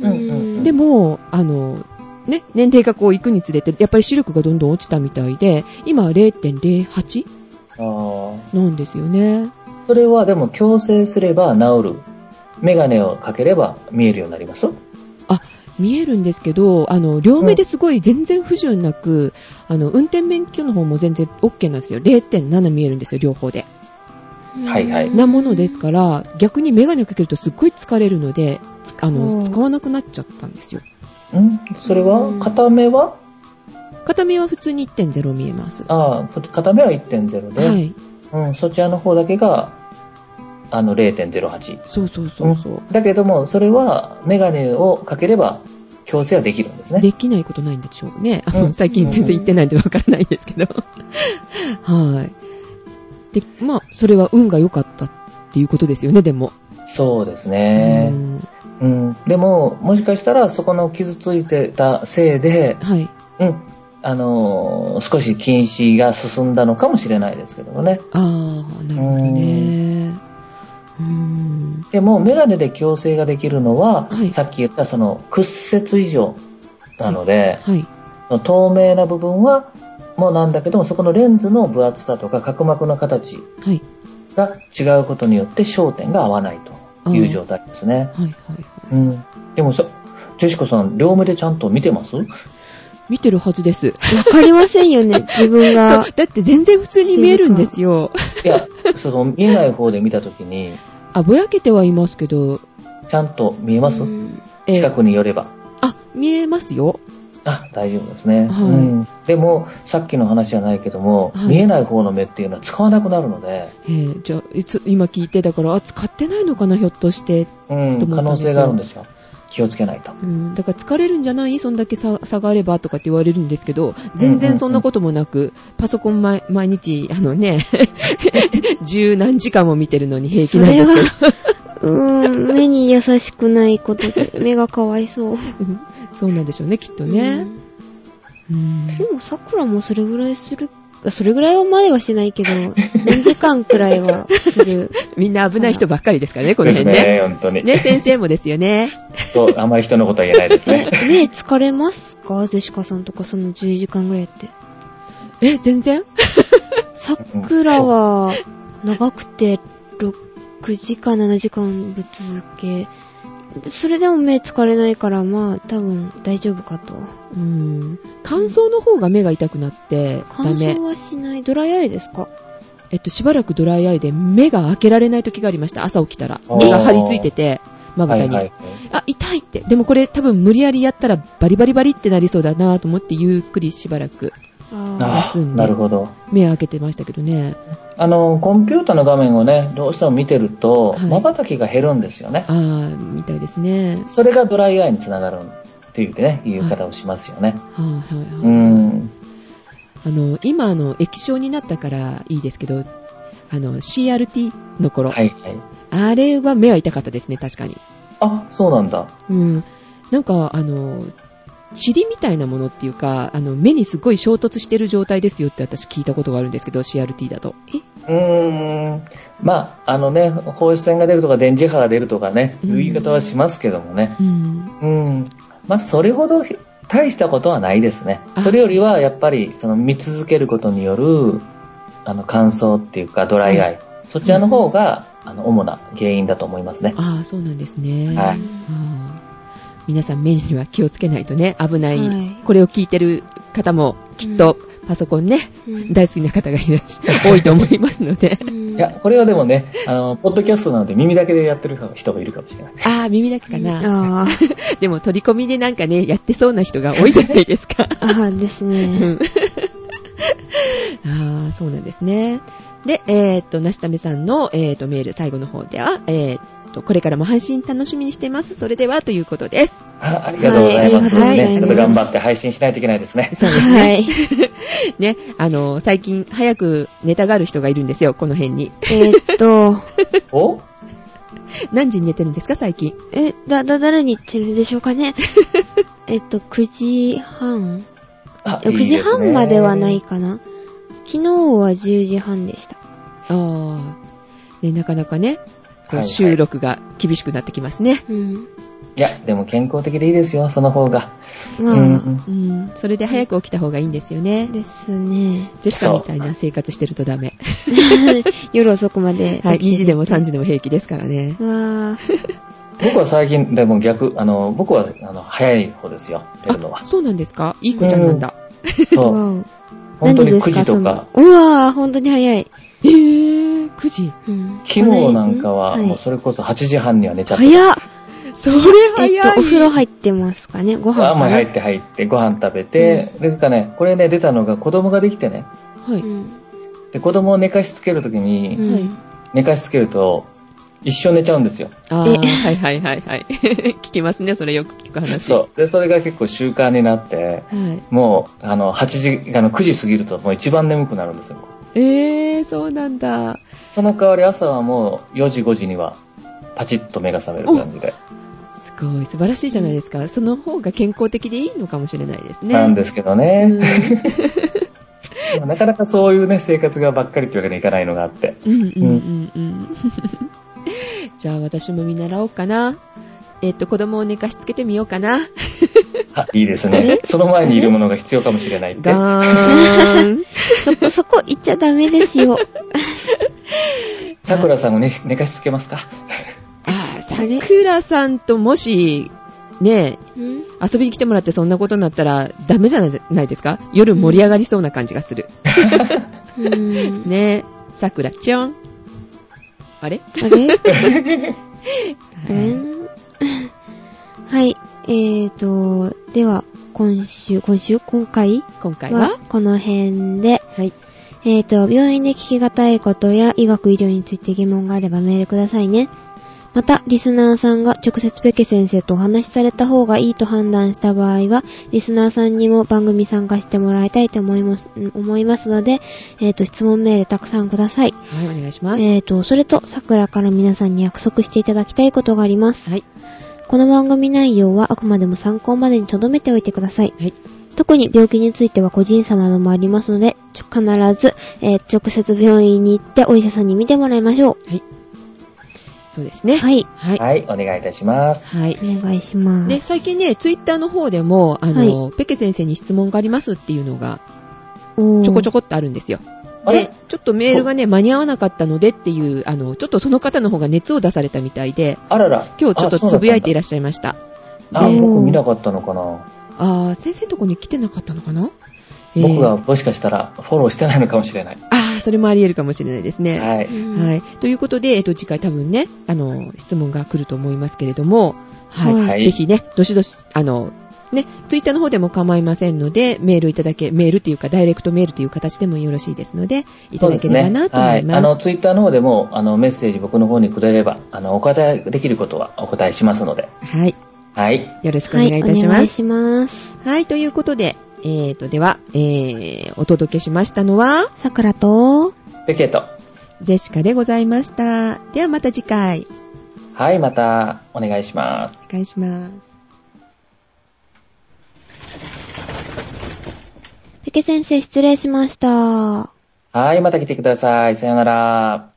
[SPEAKER 2] うんうんうん
[SPEAKER 3] でも、あの、ね、年齢がこう行くにつれて、やっぱり視力がどんどん落ちたみたいで、今は0.08
[SPEAKER 2] あー
[SPEAKER 3] なんですよね。
[SPEAKER 2] それはでも矯正すれば治る。メガネをかければ見えるようになります
[SPEAKER 3] 見えるんですけど、あの、両目ですごい全然不自由なく、あの、運転免許の方も全然 OK なんですよ。0.7見えるんですよ、両方で。
[SPEAKER 2] はいはい
[SPEAKER 3] なものですから、逆にメガネかけるとすっごい疲れるので、つあ
[SPEAKER 1] うん
[SPEAKER 3] の、使わなくなっちゃったんですよ。
[SPEAKER 2] んそれ
[SPEAKER 1] う
[SPEAKER 2] は
[SPEAKER 1] ん
[SPEAKER 2] 片目は
[SPEAKER 3] 片目は普通に1.0見えます。は
[SPEAKER 2] ああ、片目は1.0で、
[SPEAKER 3] い。
[SPEAKER 2] うん、そちらの方だけが、あの、0.08。
[SPEAKER 3] そうそうそうそう。
[SPEAKER 2] だけども、それは、メガネをかければ、矯正はできるんですね。
[SPEAKER 3] できないことないんでしょうね。あ
[SPEAKER 2] う
[SPEAKER 3] の、
[SPEAKER 2] ん
[SPEAKER 3] 最近全然行ってないんでわからないんですけど。はい。で、まあ、それは運が良かったっていうことですよね、でも。
[SPEAKER 2] そうです
[SPEAKER 3] う
[SPEAKER 2] ね。
[SPEAKER 3] ん
[SPEAKER 2] うん、でも、もしかしたら、そこの傷ついてたせいで、
[SPEAKER 3] はい。
[SPEAKER 2] うん、あのー少し禁止が進んだのかもしれないですけどもね。
[SPEAKER 3] ああ、なるほどね。うーん。
[SPEAKER 2] でも、メガネで矯正ができるのは、
[SPEAKER 3] はい
[SPEAKER 2] さっき言ったその屈折以上なので、
[SPEAKER 3] はい。
[SPEAKER 2] その透明な部分は、もうなんだけども、そこのレンズの分厚さとか角膜の形
[SPEAKER 3] はい。
[SPEAKER 2] が違うことによって焦点が合わないという状態ですね。
[SPEAKER 3] はい。はい。
[SPEAKER 2] うん。でもそ、ジェシカさん、両目でちゃんと見て ます
[SPEAKER 3] 見てるはずです。
[SPEAKER 1] わかりませんよね、自分
[SPEAKER 3] そ
[SPEAKER 1] が
[SPEAKER 3] う。だって全然普通に見えるんですよ。
[SPEAKER 2] いや、その見えない方で見たときに、
[SPEAKER 3] あ、ぼやけてはいますけど、
[SPEAKER 2] ちゃんと見えます
[SPEAKER 1] うん
[SPEAKER 3] えー
[SPEAKER 2] 近くに寄れば。
[SPEAKER 3] あ、見えますよ。
[SPEAKER 2] あ、大丈夫ですね。
[SPEAKER 3] はい
[SPEAKER 2] うん、でも、さっきの話じゃないけども、
[SPEAKER 3] はい
[SPEAKER 2] 見えない方の目っていうのは使わなくなるので、
[SPEAKER 3] えーじゃあ、いつ、今聞いて、だから、あ、使ってないのかな、ひょっとして。
[SPEAKER 2] うん、
[SPEAKER 3] と思っ
[SPEAKER 2] 可
[SPEAKER 3] たんで
[SPEAKER 2] 能
[SPEAKER 3] すよ
[SPEAKER 2] 性があるんですよ。気をつけないと。
[SPEAKER 3] うん、だから疲れるんじゃないそんだけ差差があればとかって言われるんですけど、全然そんなこともなく、パソコン毎毎日、あのね、 十何時間も見てるのに平気
[SPEAKER 1] そ
[SPEAKER 3] なん
[SPEAKER 1] れ
[SPEAKER 3] です
[SPEAKER 1] は
[SPEAKER 3] けど、、
[SPEAKER 1] うーん、目に優しくないこと で、目がかわいそう。
[SPEAKER 3] そうなんでしょうね、きっとね。
[SPEAKER 1] う
[SPEAKER 3] うん
[SPEAKER 1] ん。でも、さくらもそれぐらいする。あそれぐらいまではしないけど、何時間くらいはする。
[SPEAKER 3] みんな危ない人ばっかりですからね、この辺ね。、
[SPEAKER 2] 本当に
[SPEAKER 3] ね、先生もですよね。
[SPEAKER 2] そう、あまり人のことは言えない です
[SPEAKER 1] え
[SPEAKER 2] ね。、
[SPEAKER 1] 目疲れますかゼシカさんとかその10時間ぐらいって。
[SPEAKER 3] え、全然
[SPEAKER 1] さくらは、長くて6時間、7時間ぶっ続け。それでも目疲れないから、まあ、多分大丈夫かと。
[SPEAKER 3] うん。乾燥の方が目が痛くなって、ダ
[SPEAKER 1] 乾
[SPEAKER 3] メ
[SPEAKER 1] 燥。はしない。ドライアイですか
[SPEAKER 3] えっと、しばらくドライアイで目が開けられない時がありました、朝起きたら。
[SPEAKER 2] あー
[SPEAKER 3] 目が張り付いてて、 まぶ
[SPEAKER 2] は
[SPEAKER 3] た
[SPEAKER 2] い
[SPEAKER 3] に。
[SPEAKER 2] はい。
[SPEAKER 3] あ、痛いって。でもこれ多分無理やりやったらバリバリバリってなりそうだなと思ってゆっくりしばらく
[SPEAKER 1] あ
[SPEAKER 2] ああ、
[SPEAKER 3] 休んで
[SPEAKER 2] なるほど。
[SPEAKER 3] 目を開けてましたけどね。
[SPEAKER 2] あの、コンピュータの画面をね、どうしても見てると
[SPEAKER 3] はい、
[SPEAKER 2] 瞬きが減るんですよね。
[SPEAKER 3] あー、みたいですね。
[SPEAKER 2] それがドライアイにつながるっていうね、言い方をしますよね。
[SPEAKER 3] はいはいはい。
[SPEAKER 2] うん。
[SPEAKER 3] あの、今あの、液晶になったからいいですけど、あの、CRT の頃。
[SPEAKER 2] はいはい。
[SPEAKER 3] あれは目は痛かったですね、確かに。
[SPEAKER 2] あ、そうなんだ。
[SPEAKER 3] うん。なんか、あの、塵みたいなものっていうか、あの、目にすごい衝突してる状態ですよって私聞いたことがあるんですけど、CRT だと。
[SPEAKER 2] うーん。まあ、あのね、放射線が出るとか電磁波が出るとかね、
[SPEAKER 3] うん
[SPEAKER 2] いう言い方はしますけどもね。
[SPEAKER 3] うん。
[SPEAKER 2] うん。まあ、それほど大したことはないですね
[SPEAKER 3] あ。
[SPEAKER 2] それよりは、やっぱり、その見続けることによる、あの、乾燥っていうか、ドライアイ。そちらの方が、あの、主な原因だと思いますね。
[SPEAKER 3] ああ、そうなんですね。
[SPEAKER 2] はい
[SPEAKER 3] あー皆さん目には気をつけないとね、危ない。
[SPEAKER 1] はい
[SPEAKER 3] これを聞いてる方も、きっと、パソコンね、
[SPEAKER 1] ーうん
[SPEAKER 3] 大好きな方がいらっしゃ多いと思いますので。
[SPEAKER 1] うん
[SPEAKER 2] いや、これはでもね、あの、ポッドキャストなので耳だけでやってる人がいるかもしれない。
[SPEAKER 3] ああ、耳だけかな。
[SPEAKER 1] あー
[SPEAKER 3] でも、取り込みでなんかね、やってそうな人が多いじゃないですか。
[SPEAKER 1] あーですね。
[SPEAKER 3] ああ、そうなんですね。で、えーっと、なしためさんの、えーっと、メール、最後の方では、えーっと、これからも配信楽しみにしてます。それでは、ということです。
[SPEAKER 2] あありがとうございます。
[SPEAKER 1] はいあり
[SPEAKER 2] ね、
[SPEAKER 1] がとうご
[SPEAKER 2] ちょっ
[SPEAKER 1] ざ
[SPEAKER 2] と
[SPEAKER 1] い
[SPEAKER 2] 頑
[SPEAKER 1] ます
[SPEAKER 2] 張って配信しないといけないです ね。
[SPEAKER 3] そうですね。
[SPEAKER 1] はい。
[SPEAKER 3] ね、あの、最近、早くネタがある人がいるんですよ、この辺に。
[SPEAKER 1] えーっと、
[SPEAKER 2] お
[SPEAKER 3] 何時に寝てるんですか、最近。
[SPEAKER 1] え、だ、だ、誰に言ってるんでしょうかね。 えっと、9時半
[SPEAKER 2] あ
[SPEAKER 1] いや ?9 時
[SPEAKER 2] ですね
[SPEAKER 1] 半まではないかな。昨日は10時半でした。
[SPEAKER 3] ああ、ね、なかなかね、
[SPEAKER 2] はい
[SPEAKER 3] こ
[SPEAKER 2] は
[SPEAKER 3] う
[SPEAKER 2] い
[SPEAKER 3] 収録が厳しくなってきますね。
[SPEAKER 1] うん。
[SPEAKER 2] いや、でも健康的でいいですよ、その方が。
[SPEAKER 1] まあ、
[SPEAKER 2] うん
[SPEAKER 3] うん、それで早く起きた方がいいんですよね。
[SPEAKER 1] です ね。
[SPEAKER 3] ジェシカみたいな生活してるとダメ。
[SPEAKER 1] 夜遅くまで。
[SPEAKER 3] はい、2時でも3時でも平気ですからね。
[SPEAKER 1] うわー
[SPEAKER 2] 僕は最近、でも逆、あの、僕は、あの、早い方ですよ、出るの
[SPEAKER 3] あ、
[SPEAKER 2] は。
[SPEAKER 3] そうなんですかいい子ちゃんなんだ。
[SPEAKER 1] う
[SPEAKER 2] そう。
[SPEAKER 1] わ
[SPEAKER 2] 本当に
[SPEAKER 1] 何
[SPEAKER 2] 9時とか。。
[SPEAKER 1] そのうわー本当に早い。
[SPEAKER 3] えー、9時。
[SPEAKER 1] うん
[SPEAKER 2] 昨日なんかは、
[SPEAKER 1] 早い
[SPEAKER 2] もうそれこそ8時半には寝ちゃって。
[SPEAKER 1] 早っ
[SPEAKER 3] それ早い。
[SPEAKER 1] えっと、お風呂入ってますかねご
[SPEAKER 2] あ
[SPEAKER 1] 飯
[SPEAKER 2] も
[SPEAKER 1] か
[SPEAKER 2] う
[SPEAKER 1] な
[SPEAKER 2] 入って入って、ご飯食べて、で、かね、これね、出たのが子供ができてね。
[SPEAKER 3] は
[SPEAKER 1] う
[SPEAKER 3] い。
[SPEAKER 1] ん
[SPEAKER 2] で、子供を寝かしつけるときに、
[SPEAKER 1] うん
[SPEAKER 3] はい
[SPEAKER 2] 寝かしつけると、一生寝ちゃうんですよ。
[SPEAKER 3] あー
[SPEAKER 1] え
[SPEAKER 3] はいはいはいはい。 聞きますね、それよく聞く話。
[SPEAKER 2] そう。で、それが結構習慣になって、
[SPEAKER 3] はい。
[SPEAKER 2] もう、あの、8時、あの、9時過ぎるともう一番眠くなるんですよ。
[SPEAKER 3] えー、そうなんだ。
[SPEAKER 2] その代わり朝はもう4時5時には、パチッと目が覚める感じで、
[SPEAKER 3] すごい、素晴らしいじゃないですか。その方が健康的でいいのかもしれないですね。
[SPEAKER 2] なんですけどね。
[SPEAKER 3] うん
[SPEAKER 2] でもなかなかそういうね、生活がばっかりというわけにはいかないのがあって。
[SPEAKER 3] うんうんうんうん。じゃあ私も見習おうかな。えっと、子供を寝かしつけてみようかな。
[SPEAKER 2] あ、いいですね。その前にいるものが必要かもしれないって。は
[SPEAKER 3] ガー ン。
[SPEAKER 1] そこ、そこ行っちゃダメですよ。
[SPEAKER 2] いさくらさんを、ね、寝かしつけますか
[SPEAKER 3] あー、桜さんともし、ね
[SPEAKER 1] う
[SPEAKER 3] え、
[SPEAKER 1] ん
[SPEAKER 3] 遊びに来てもらってそんなことになったらダメじゃないですか夜盛り上がりそうな感じがする。
[SPEAKER 1] うん。
[SPEAKER 3] ねえ、さくらちゃん。あれ
[SPEAKER 1] あれあれはい。えーと、では、今週、今週今回
[SPEAKER 3] 今回は
[SPEAKER 1] は、この辺で、
[SPEAKER 3] はい。
[SPEAKER 1] えーと、病院で聞き難いことや医学医療について疑問があればメールくださいね。また、リスナーさんが直接ペケ先生とお話しされた方がいいと判断した場合は、リスナーさんにも番組参加してもらいたいと思います、うん思いますので、えーと、質問メールたくさんください。
[SPEAKER 3] はい、お願いします。
[SPEAKER 1] えーと、それと、桜から皆さんに約束していただきたいことがあります。
[SPEAKER 3] はい。
[SPEAKER 1] この番組内容はあくまでも参考までに留めておいてください。
[SPEAKER 3] はい。
[SPEAKER 1] 特に病気については個人差などもありますので、ちょ必ず、えー直接病院に行ってお医者さんに見てもらいましょ
[SPEAKER 3] はい。そうですね。
[SPEAKER 1] う。はい。
[SPEAKER 3] はい。はい。
[SPEAKER 2] はい、お願いいたします。
[SPEAKER 1] お願いします。
[SPEAKER 3] で、最近ね、ツイッターの方でも、あの、ペケ先生に質問がありますっていうのが、
[SPEAKER 1] おー
[SPEAKER 3] ちょこちょこっとあるんですよ。
[SPEAKER 2] あ
[SPEAKER 3] で
[SPEAKER 2] れ、
[SPEAKER 3] ちょっとメールがね、間に合わなかったのでっていう、あの、ちょっとその方の方が熱を出されたみたいで、
[SPEAKER 2] あらら。
[SPEAKER 3] 今日ちょっとつぶやいてい
[SPEAKER 2] る。
[SPEAKER 3] らっしゃいました。
[SPEAKER 2] あ、
[SPEAKER 1] ね
[SPEAKER 2] 僕見なかったのかな。
[SPEAKER 3] あー、先生のとこに来てなかったのかな
[SPEAKER 2] 僕
[SPEAKER 3] え
[SPEAKER 2] が
[SPEAKER 3] ー
[SPEAKER 2] もしかしたらフォローしてないのかもしれない。
[SPEAKER 3] あー、それもあり得るかもしれないですね。
[SPEAKER 2] は
[SPEAKER 1] う
[SPEAKER 2] い。
[SPEAKER 1] ん
[SPEAKER 3] はい。ということで、えっと、次回多分ね、あの、質問が来ると思いますけれども、はい。
[SPEAKER 1] はい
[SPEAKER 3] ぜひね、どしどし、あの、ね、ツイッターの方でも構いませんので、メールいただけ、メールっていうか、ダイレクトメールという形でもよろしいですので、いただければなと思
[SPEAKER 2] はいい。
[SPEAKER 3] ます。
[SPEAKER 2] あの、ツイッターの方でも、あの、メッセージ僕の方にくれれば、あの、お答えできることはお答えしますので。
[SPEAKER 3] はい。
[SPEAKER 2] はい。
[SPEAKER 3] よろしくお
[SPEAKER 1] は
[SPEAKER 3] 願いいたし
[SPEAKER 1] お
[SPEAKER 3] ま
[SPEAKER 1] 願い
[SPEAKER 3] す。
[SPEAKER 1] します。
[SPEAKER 3] はい、ということで、えーと、では、えー、お届けしましたのは、
[SPEAKER 1] 桜と、
[SPEAKER 2] ペケと。
[SPEAKER 3] ジェシカでございました。ではまた次回、
[SPEAKER 2] はい、またお願いします。
[SPEAKER 3] お願いします。
[SPEAKER 1] ペケ先生失礼しました。
[SPEAKER 2] はい、また来てください。さよなら。